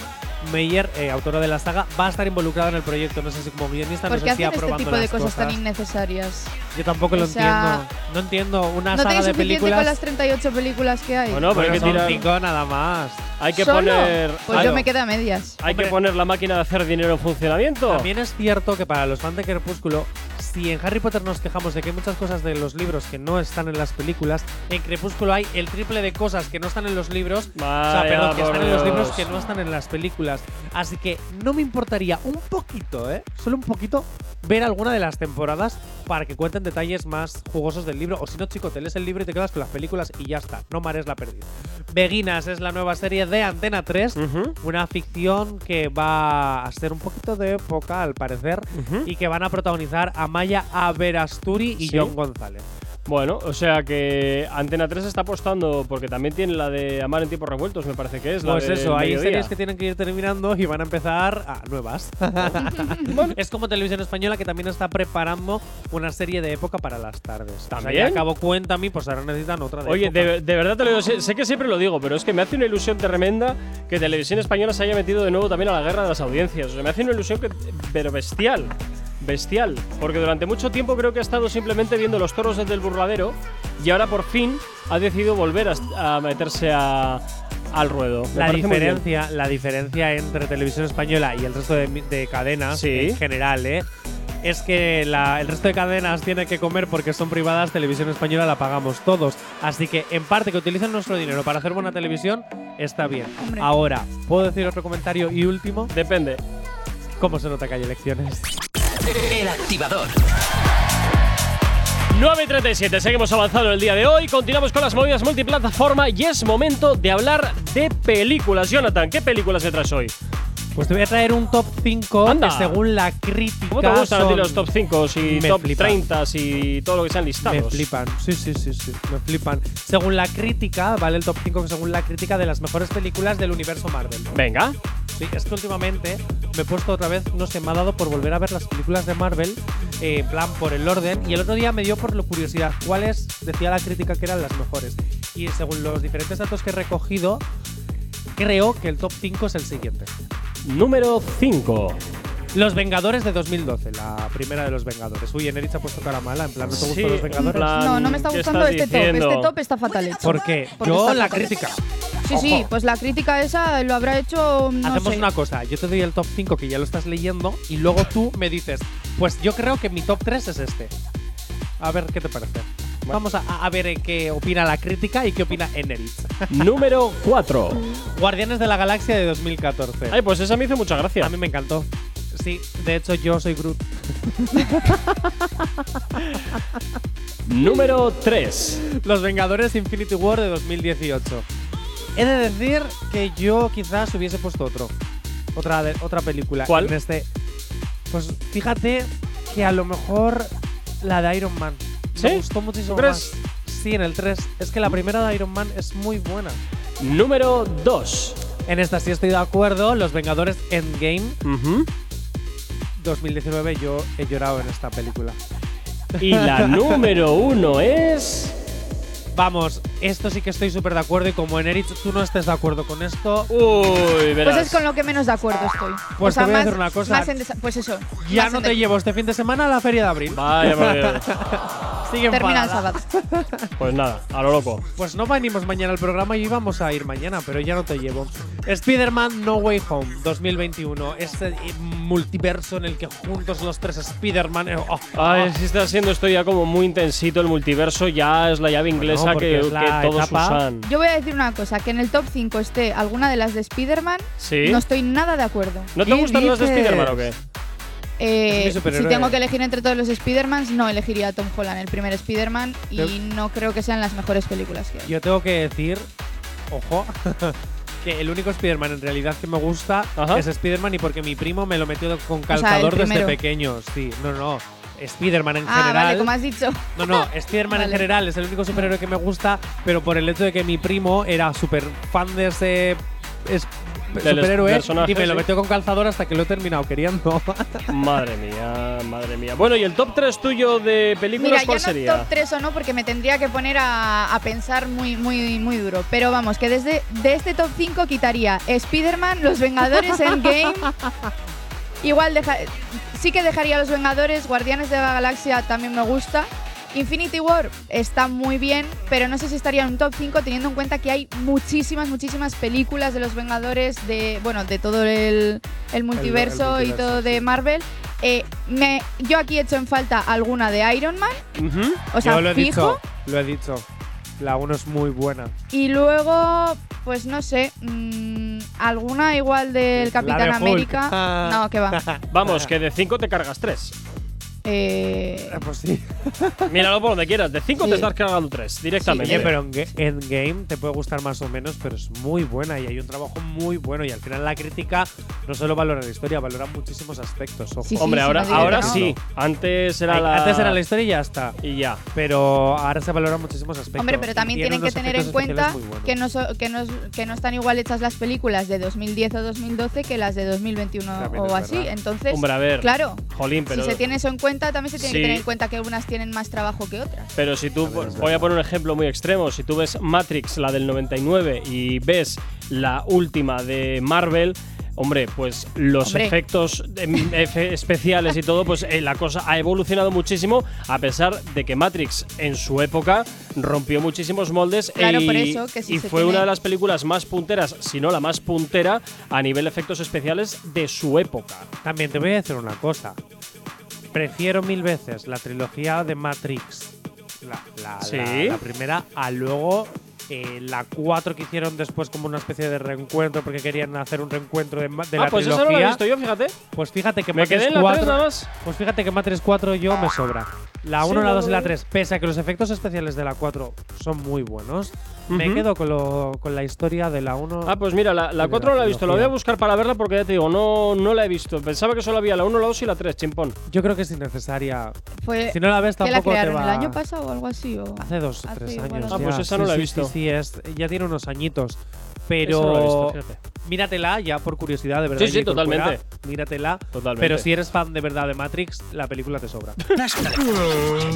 S4: Meyer, eh, autora de la saga, va a estar involucrada en el proyecto. No sé si como guionista,
S5: ¿Por
S4: no
S5: qué
S4: sé si
S5: hacen este
S4: aprobando
S5: tipo de
S4: las
S5: cosas, tan innecesarias?
S4: Yo tampoco lo
S5: O sea,
S4: entiendo. No entiendo una
S5: ¿No
S4: saga
S5: tenéis
S4: de
S5: suficiente
S4: películas.
S5: con las 38 películas que hay?
S3: bueno, pero hay
S4: Bueno,
S3: que
S4: son
S3: tirar.
S4: cinco nada más.
S3: Hay que
S5: ¿Solo?
S3: poner.
S5: Pues
S3: claro,
S5: yo me quedo a medias.
S3: Hay que
S4: Hombre.
S3: poner la máquina de hacer dinero en funcionamiento.
S4: También es cierto que para los fans de Crepúsculo, si en Harry Potter nos quejamos de que hay muchas cosas de los libros que no están en las películas, en Crepúsculo hay el triple de cosas que no están en los libros O sea,
S3: Vaya,
S4: perdón, que
S3: por
S4: están en los
S3: Dios.
S4: libros que no están en las películas. Así que no me importaría un poquito, ¿eh? Solo un poquito ver alguna de las temporadas para que cuenten detalles más jugosos del libro. O si no, chico, te lees el libro y te quedas con las películas y ya está. No mares la pérdida. Beginas es la nueva serie de Antena 3.
S3: Ujú,
S4: Una ficción que va a ser un poquito de época, al parecer,
S3: ujú.
S4: y que van a protagonizar a Maya Averasturi y
S3: Sí.
S4: John González.
S3: Bueno, o sea que Antena 3 está apostando porque también tiene la de Amar en tiempos revueltos, me parece que es. la
S4: Pues
S3: del
S4: eso, hay
S3: mediodía.
S4: series que tienen que ir terminando y van a empezar a nuevas. es como Televisión Española que también está preparando una serie de época para las tardes.
S3: ¿También?
S4: O sea, ya acabó cuenta a mí, pues ahora necesitan otra de
S3: Oye,
S4: época.
S3: de, de verdad te lo digo, sé, sé que siempre lo digo, pero es que me hace una ilusión tremenda que Televisión Española se haya metido de nuevo también a la guerra de las audiencias. O sea, me hace una ilusión que, pero bestial, bestial. Porque durante mucho tiempo creo que ha estado simplemente viendo los toros desde el burladero y ahora por fin ha decidido volver a, est- a meterse a- al ruedo. Me
S4: la
S3: parece muy bien.
S4: diferencia, la diferencia entre Televisión Española y el resto de, mi- de cadenas
S3: Sí.
S4: en general, ¿eh? Es que la- el resto de cadenas tiene que comer porque son privadas, televisión española la pagamos todos. Así que, en parte, que utilicen nuestro dinero para hacer buena televisión está bien.
S5: Hombre.
S4: Ahora, ¿puedo decir otro comentario y último?
S3: Depende.
S4: ¿Cómo se nota que hay elecciones?
S2: El activador.
S3: 9 y 37, seguimos avanzando el día de hoy. Continuamos con las movidas multiplataforma y es momento de hablar de películas. Jonathan, ¿qué películas me traes hoy?
S4: Pues te voy a traer un top 5
S3: Anda.
S4: que según la crítica.
S3: ¿Cómo te gustan a ti
S4: son-
S3: los top 5 y
S4: Me
S3: top
S4: flipan.
S3: 30 y todo lo que sean listados?
S4: Me flipan, sí, sí, sí, sí, me flipan. Según la crítica, ¿vale? El top 5 según la crítica de las mejores películas del universo Marvel.
S3: Venga.
S4: Sí, es que últimamente me he puesto otra vez, no sé, me ha dado por volver a ver las películas de Marvel, eh, en plan por el orden, y el otro día me dio por la curiosidad cuáles decía la crítica que eran las mejores. Y según los diferentes datos que he recogido, creo que el top 5 es el siguiente.
S3: Número 5.
S4: Los Vengadores de 2012, la primera de los Vengadores. Uy, Eneritz ha puesto cara mala, en plan, ¿no te gustan los Vengadores?
S5: Pues No, no me está gustando este top. Este top está fatal hecho.
S4: ¿Por qué?
S5: Porque
S4: Yo
S5: está
S4: la
S5: fatal.
S4: crítica.
S5: Sí, sí,
S4: Ojo.
S5: pues la crítica esa lo habrá hecho. No
S4: Hacemos
S5: sé.
S4: una cosa, yo te doy el top 5 que ya lo estás leyendo y luego tú me dices, pues yo creo que mi top 3 es este. A ver qué te parece. Vamos a, a ver eh, qué opina la crítica y qué opina Eneritz.
S3: Número 4.
S4: Guardianes de la Galaxia de 2014.
S3: Ay, pues esa me hizo mucha
S4: a
S3: gracia.
S4: mí me encantó. Sí, de hecho yo soy Groot.
S3: Número 3.
S4: Los Vengadores Infinity War de 2018. He de decir que yo quizás hubiese puesto otro. Otra, de- otra película.
S3: ¿Cuál?
S4: En este. Pues fíjate que a lo mejor la de Iron Man.
S3: ¿Sí? Mm.
S4: Me gustó muchísimo
S3: ¿Tú crees?
S4: más. Sí, en el 3. Es que la primera de Iron Man es muy buena.
S3: Número 2.
S4: En esta sí estoy de acuerdo. Los Vengadores Endgame 2019. Yo he llorado en esta película.
S3: Y la número 1 es.
S4: Vamos, esto sí que estoy súper de acuerdo. Y como en Erich tú no estés de acuerdo con esto,
S3: Uy, verás.
S5: Pues es con lo que menos de acuerdo estoy.
S4: Pues
S5: o sea,
S4: te voy a
S5: más-
S4: decir una cosa.
S5: más en desa- pues eso.
S4: ya
S5: más
S4: no
S5: en
S4: te
S5: de-
S4: llevo este fin de semana a la feria de abril.
S3: Vaya, vaya.
S4: Sigue
S5: Termina el
S4: enfadada.
S5: sábado.
S3: Pues nada, a lo loco.
S4: Pues no venimos mañana al programa y íbamos a ir mañana, pero ya no te llevo. Spider-Man No Way Home 2021. Este eh, multiverso en el que juntos los tres Spider-Man. eh, oh,
S3: Ay,
S4: oh.
S3: sí está siendo esto ya como muy intensito el multiverso. Ya es la llave inglesa
S4: porque
S3: que,
S4: es la
S3: que todos
S4: etapa.
S3: usan.
S5: Yo voy a decir una cosa, que en el top 5 esté alguna de las de Spider-Man,
S3: ¿Sí?
S5: no estoy nada de acuerdo.
S3: ¿No te
S4: ¿Qué
S3: gustan los de
S4: dices?
S3: Spider-Man o qué?
S5: Eh,
S4: Es mi superhéroe.
S5: si tengo que elegir entre todos los Spider-Mans, no elegiría a Tom Holland, el primer Spider-Man, y no creo que sean las mejores películas que hay.
S4: Yo tengo que decir, ojo, que el único Spider-Man en realidad que me gusta
S3: Ajá.
S4: es Spider-Man y porque mi primo me lo metió con calzador desde
S5: primero.
S4: pequeño. Sí, no, no. Spider-Man en
S5: ah,
S4: general.
S5: vale, como has dicho.
S4: No, no, Spider-Man en
S5: Vale.
S4: general es el único superhéroe que me gusta, pero por el hecho de que mi primo era súper fan de ese es-
S3: Del
S4: superhéroe
S3: personaje,
S4: y me lo
S3: sí.
S4: metió con calzador hasta que lo he terminado queriendo.
S3: Madre mía, madre mía. Bueno, ¿y el top 3 tuyo de películas
S5: Mira, yo
S3: cuál
S5: no
S3: sería?
S5: top 3 o no, porque me tendría que poner a, a pensar muy, muy, muy duro. Pero vamos, que desde de este top 5 quitaría Spider-Man, Los Vengadores Endgame. Igual deja- sí que dejaría Los Vengadores, Guardianes de la Galaxia también me gusta. Infinity War está muy bien, pero no sé si estaría en un top 5 teniendo en cuenta que hay muchísimas, muchísimas películas de los Vengadores, de bueno, de todo el, el multiverso y
S4: multiverso,
S5: todo de
S4: sí.
S5: Marvel. Eh, me, yo aquí he hecho en falta alguna de Iron Man,
S3: Ujú.
S5: o sea,
S4: Yo lo he
S5: fijo.
S4: dicho, lo he dicho. La 1 es muy buena.
S5: Y luego, pues no sé, mm, alguna igual del Capitán
S4: Hulk.
S5: América.
S4: Ah.
S5: No, que va.
S3: Vamos, que de 5 te cargas 3.
S5: Eh,
S4: Eh, Pues sí.
S3: Míralo por donde quieras. De 5
S5: Sí.
S3: te estás cargando 3 directamente.
S4: Oye, pero en Ga- Endgame te puede gustar más o menos, pero es muy buena y hay un trabajo muy bueno. Y al final la crítica no solo valora la historia, valora muchísimos aspectos. Ojo.
S5: Sí, sí,
S3: Hombre,
S5: sí,
S3: ahora,
S5: no digo
S3: ahora
S5: que no.
S3: sí. Antes era
S4: Ay,
S3: la.
S4: Antes era la historia y ya está.
S3: Y ya.
S4: pero ahora se valoran muchísimos aspectos.
S5: Hombre, pero
S4: y
S5: también
S4: tiene
S5: tienen que
S4: unos
S5: tener en
S4: efectos
S5: cuenta
S4: especiales muy buenos.
S5: que no, so- que, no, es- que no están igual hechas las películas de 2010 o 2012 que las de 2021
S4: También es
S5: o así.
S4: verdad.
S5: Entonces,
S3: Hombre, a ver.
S5: Pues, claro,
S3: Jolín, pero.
S5: si se tiene eso en cuenta, también se tiene
S3: Sí.
S5: que tener en cuenta que unas tienen más trabajo que otras.
S3: Pero si tú,
S4: A ver, es
S3: voy a poner un ejemplo muy extremo, si tú ves Matrix, la del 99, y ves la última de Marvel, hombre, pues los
S5: Hombre.
S3: efectos em, efe- especiales y todo, pues eh, la cosa ha evolucionado muchísimo, a pesar de que Matrix en su época rompió muchísimos moldes
S5: Claro,
S3: y,
S5: por eso, que si
S3: y
S5: se
S3: fue
S5: tiene-
S3: una de las películas más punteras, si no la más puntera, a nivel efectos especiales de su época.
S4: También te voy a decir una cosa. Prefiero mil veces la trilogía de Matrix, la, la-
S3: Sí.
S4: la- la primera, a luego eh, la 4 que hicieron después como una especie de reencuentro porque querían hacer un reencuentro de, ma- de
S3: ah,
S4: la
S3: pues eso no
S4: trilogía.
S3: lo he visto yo, fíjate.
S4: Pues fíjate que
S3: Me
S4: Matrix
S3: quedé en la 3
S4: 4
S3: nada más.
S4: Pues fíjate que Matrix 4 yo me sobra. La
S7: Sí,
S4: 1, la
S7: no
S4: 2 y
S7: lo
S4: la
S7: veo.
S4: 3, pese a que los efectos especiales de la 4 son muy buenos, me
S3: Ujú.
S4: quedo con, lo- con la historia de la 1.
S3: Ah, pues mira, la, la
S4: Tiene
S3: 4 no la he visto. La voy a
S4: trilogía.
S3: buscar para verla porque ya te digo, no, no la he visto. Pensaba que solo había la 1, la 2 y la 3, chimpón.
S4: Yo creo que es innecesaria.
S5: Fue
S4: Si no la ves,
S5: Eh, que la
S4: tampoco te
S5: crearon
S4: va.
S5: el año pasado o algo así. O...
S4: Hace dos,
S5: Hace
S4: tres
S5: igual
S4: años.
S5: Ah,
S4: ya.
S3: pues esa no
S4: Sí,
S3: la he
S4: sí,
S3: visto.
S4: Sí, sí, es, ya tiene unos añitos.
S3: Esa no la he visto,
S4: Pero
S3: fíjate.
S4: míratela ya por curiosidad, de verdad.
S3: Sí, sí,
S4: Jennifer Cuera,
S3: totalmente.
S4: Míratela.
S3: Totalmente.
S4: Pero si eres fan de verdad de Matrix, la película te sobra.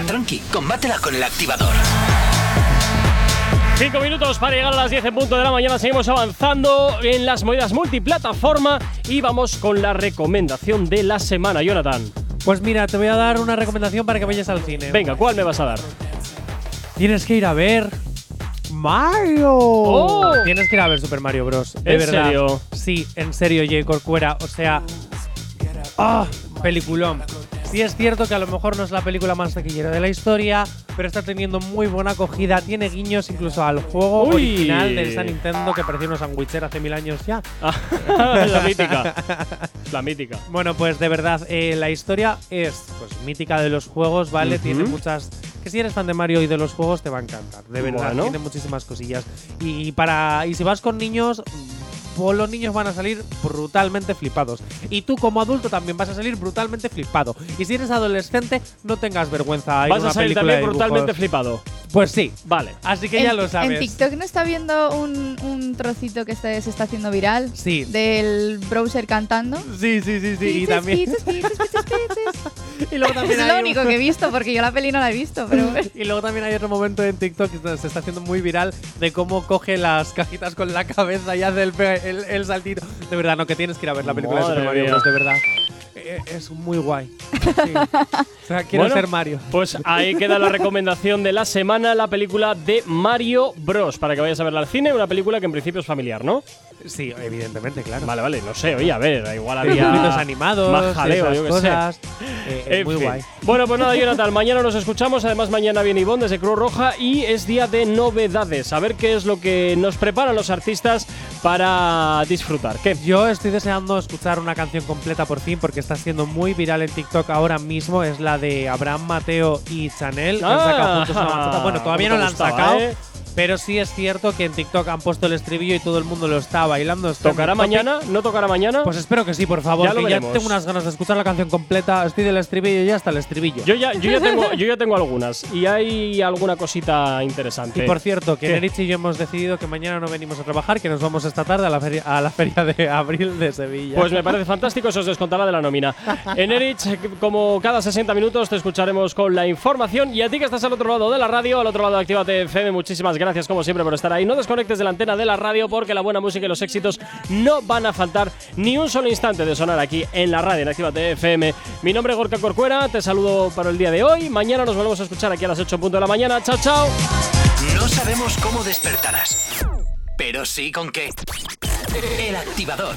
S2: Tranqui, combátela con el activador.
S3: Cinco minutos para llegar a las 10 en punto de la mañana. Seguimos avanzando en las monedas multiplataforma y vamos con la recomendación de la semana, Jonathan.
S4: Pues mira, te voy a dar una recomendación para que vayas al cine.
S3: Venga, ¿cuál me vas a dar?
S4: Tienes que ir a ver. Mario.
S3: Oh.
S4: Tienes que ir a ver Super Mario Bros. De
S3: ¿En
S4: verdad.
S3: serio?
S4: Sí, en serio, J. Corcuera. O sea. ¡Ah! Peliculón. Sí, es cierto que a lo mejor no es la película más taquillera de la historia, pero está teniendo muy buena acogida. Tiene guiños incluso al juego
S3: Uy.
S4: original del San Nintendo que parecía una sandwichera hace mil años ya.
S3: Ah, la mítica. La mítica.
S4: Bueno, pues de verdad, eh, la historia es pues mítica de los juegos, ¿vale?
S3: Ujú.
S4: Tiene muchas. Que si eres fan de Mario y de los juegos, te va a encantar. De verdad,
S3: Bueno.
S4: tiene muchísimas cosillas. Y para. Y si vas con niños. mm, Los niños van a salir brutalmente flipados. Y tú, como adulto, también vas a salir brutalmente flipado. Y si eres adolescente, no tengas vergüenza. ir a
S3: Vas
S4: una
S3: a salir
S4: película
S3: también
S4: de dibujos.
S3: brutalmente flipado.
S4: Pues sí.
S3: Vale.
S4: Así que
S5: En-
S4: ya lo sabes.
S5: En TikTok no está viendo un, un trocito que este- se está haciendo viral
S4: Sí.
S5: del browser cantando.
S4: Sí, sí, sí, sí. Y
S5: Pizzas,
S4: también.
S5: pizzas, pizzas, pizzas, pizzas.
S4: y luego también
S5: es
S4: hay
S5: lo
S4: un-
S5: único que he visto, porque yo la peli no la he visto, pero bueno.
S4: Y luego también hay otro momento en TikTok que se está haciendo muy viral de cómo coge las cajitas con la cabeza y hace el, pe- el- el saltito. De verdad, no, que tienes que ir a ver la película
S3: Madre
S4: de Super Mario
S3: mía.
S4: Bros. De verdad. Eh, Es muy guay. Sí. O sea, quiero
S3: Bueno.
S4: ser Mario.
S3: Pues ahí queda la recomendación de la semana, la película de Mario Bros. Para que vayas a verla al cine, una película que en principio es familiar, ¿no?
S4: Sí, evidentemente, claro.
S3: Vale, vale, no sé, oye, a ver, igual
S4: Hay dibujitos
S3: había.
S4: animados,
S3: más jaleo,
S4: esas
S3: yo qué sé.
S4: cosas. Eh, es
S3: En
S4: muy
S3: fin.
S4: guay.
S3: Bueno, pues nada, Jonathan, mañana nos escuchamos. Además, mañana viene Ivonne desde Cruz Roja y es día de novedades. A ver qué es lo que nos preparan los artistas para disfrutar. ¿Qué?
S4: Yo estoy deseando escuchar una canción completa por fin porque está siendo muy viral en TikTok ahora mismo. Es la de Abraham Mateo y Chanel. que han sacado
S3: Ah,
S4: juntos una bachata. Bueno, todavía no
S3: ¿cómo
S4: la
S3: te
S4: han
S3: gustaba,
S4: sacado.
S3: eh?
S4: Pero sí es cierto que en TikTok han puesto el estribillo y todo el mundo lo está bailando. Está en
S3: ¿Tocará
S4: el topic.
S3: mañana? ¿No tocará mañana?
S4: Pues espero que sí, por favor.
S3: Ya lo
S4: que ya
S3: veremos.
S4: tengo unas ganas de escuchar la canción completa. Estoy del estribillo y hasta el estribillo.
S3: yo ya, yo ya tengo, yo ya tengo algunas y hay alguna cosita interesante.
S4: y por cierto, que
S3: ¿Qué?
S4: Nerich y yo hemos decidido que mañana no venimos a trabajar, que nos vamos esta tarde a la feria, a la feria de abril de Sevilla.
S3: Pues me parece fantástico, eso os descontará de la nómina. En Erich, como cada 60 minutos, te escucharemos con la información. Y a ti que estás al otro lado de la radio, al otro lado de Actívate FM, muchísimas gracias como siempre por estar ahí. No desconectes de la antena de la radio porque la buena música y los éxitos no van a faltar ni un solo instante de sonar aquí en la radio, en Actívate FM. Mi nombre es Gorka Corcuera, te saludo para el día de hoy. Mañana nos volvemos a escuchar aquí a las 8 en punto de la mañana. Chao, chao.
S2: No sabemos cómo despertarás, pero sí con qué. El activador.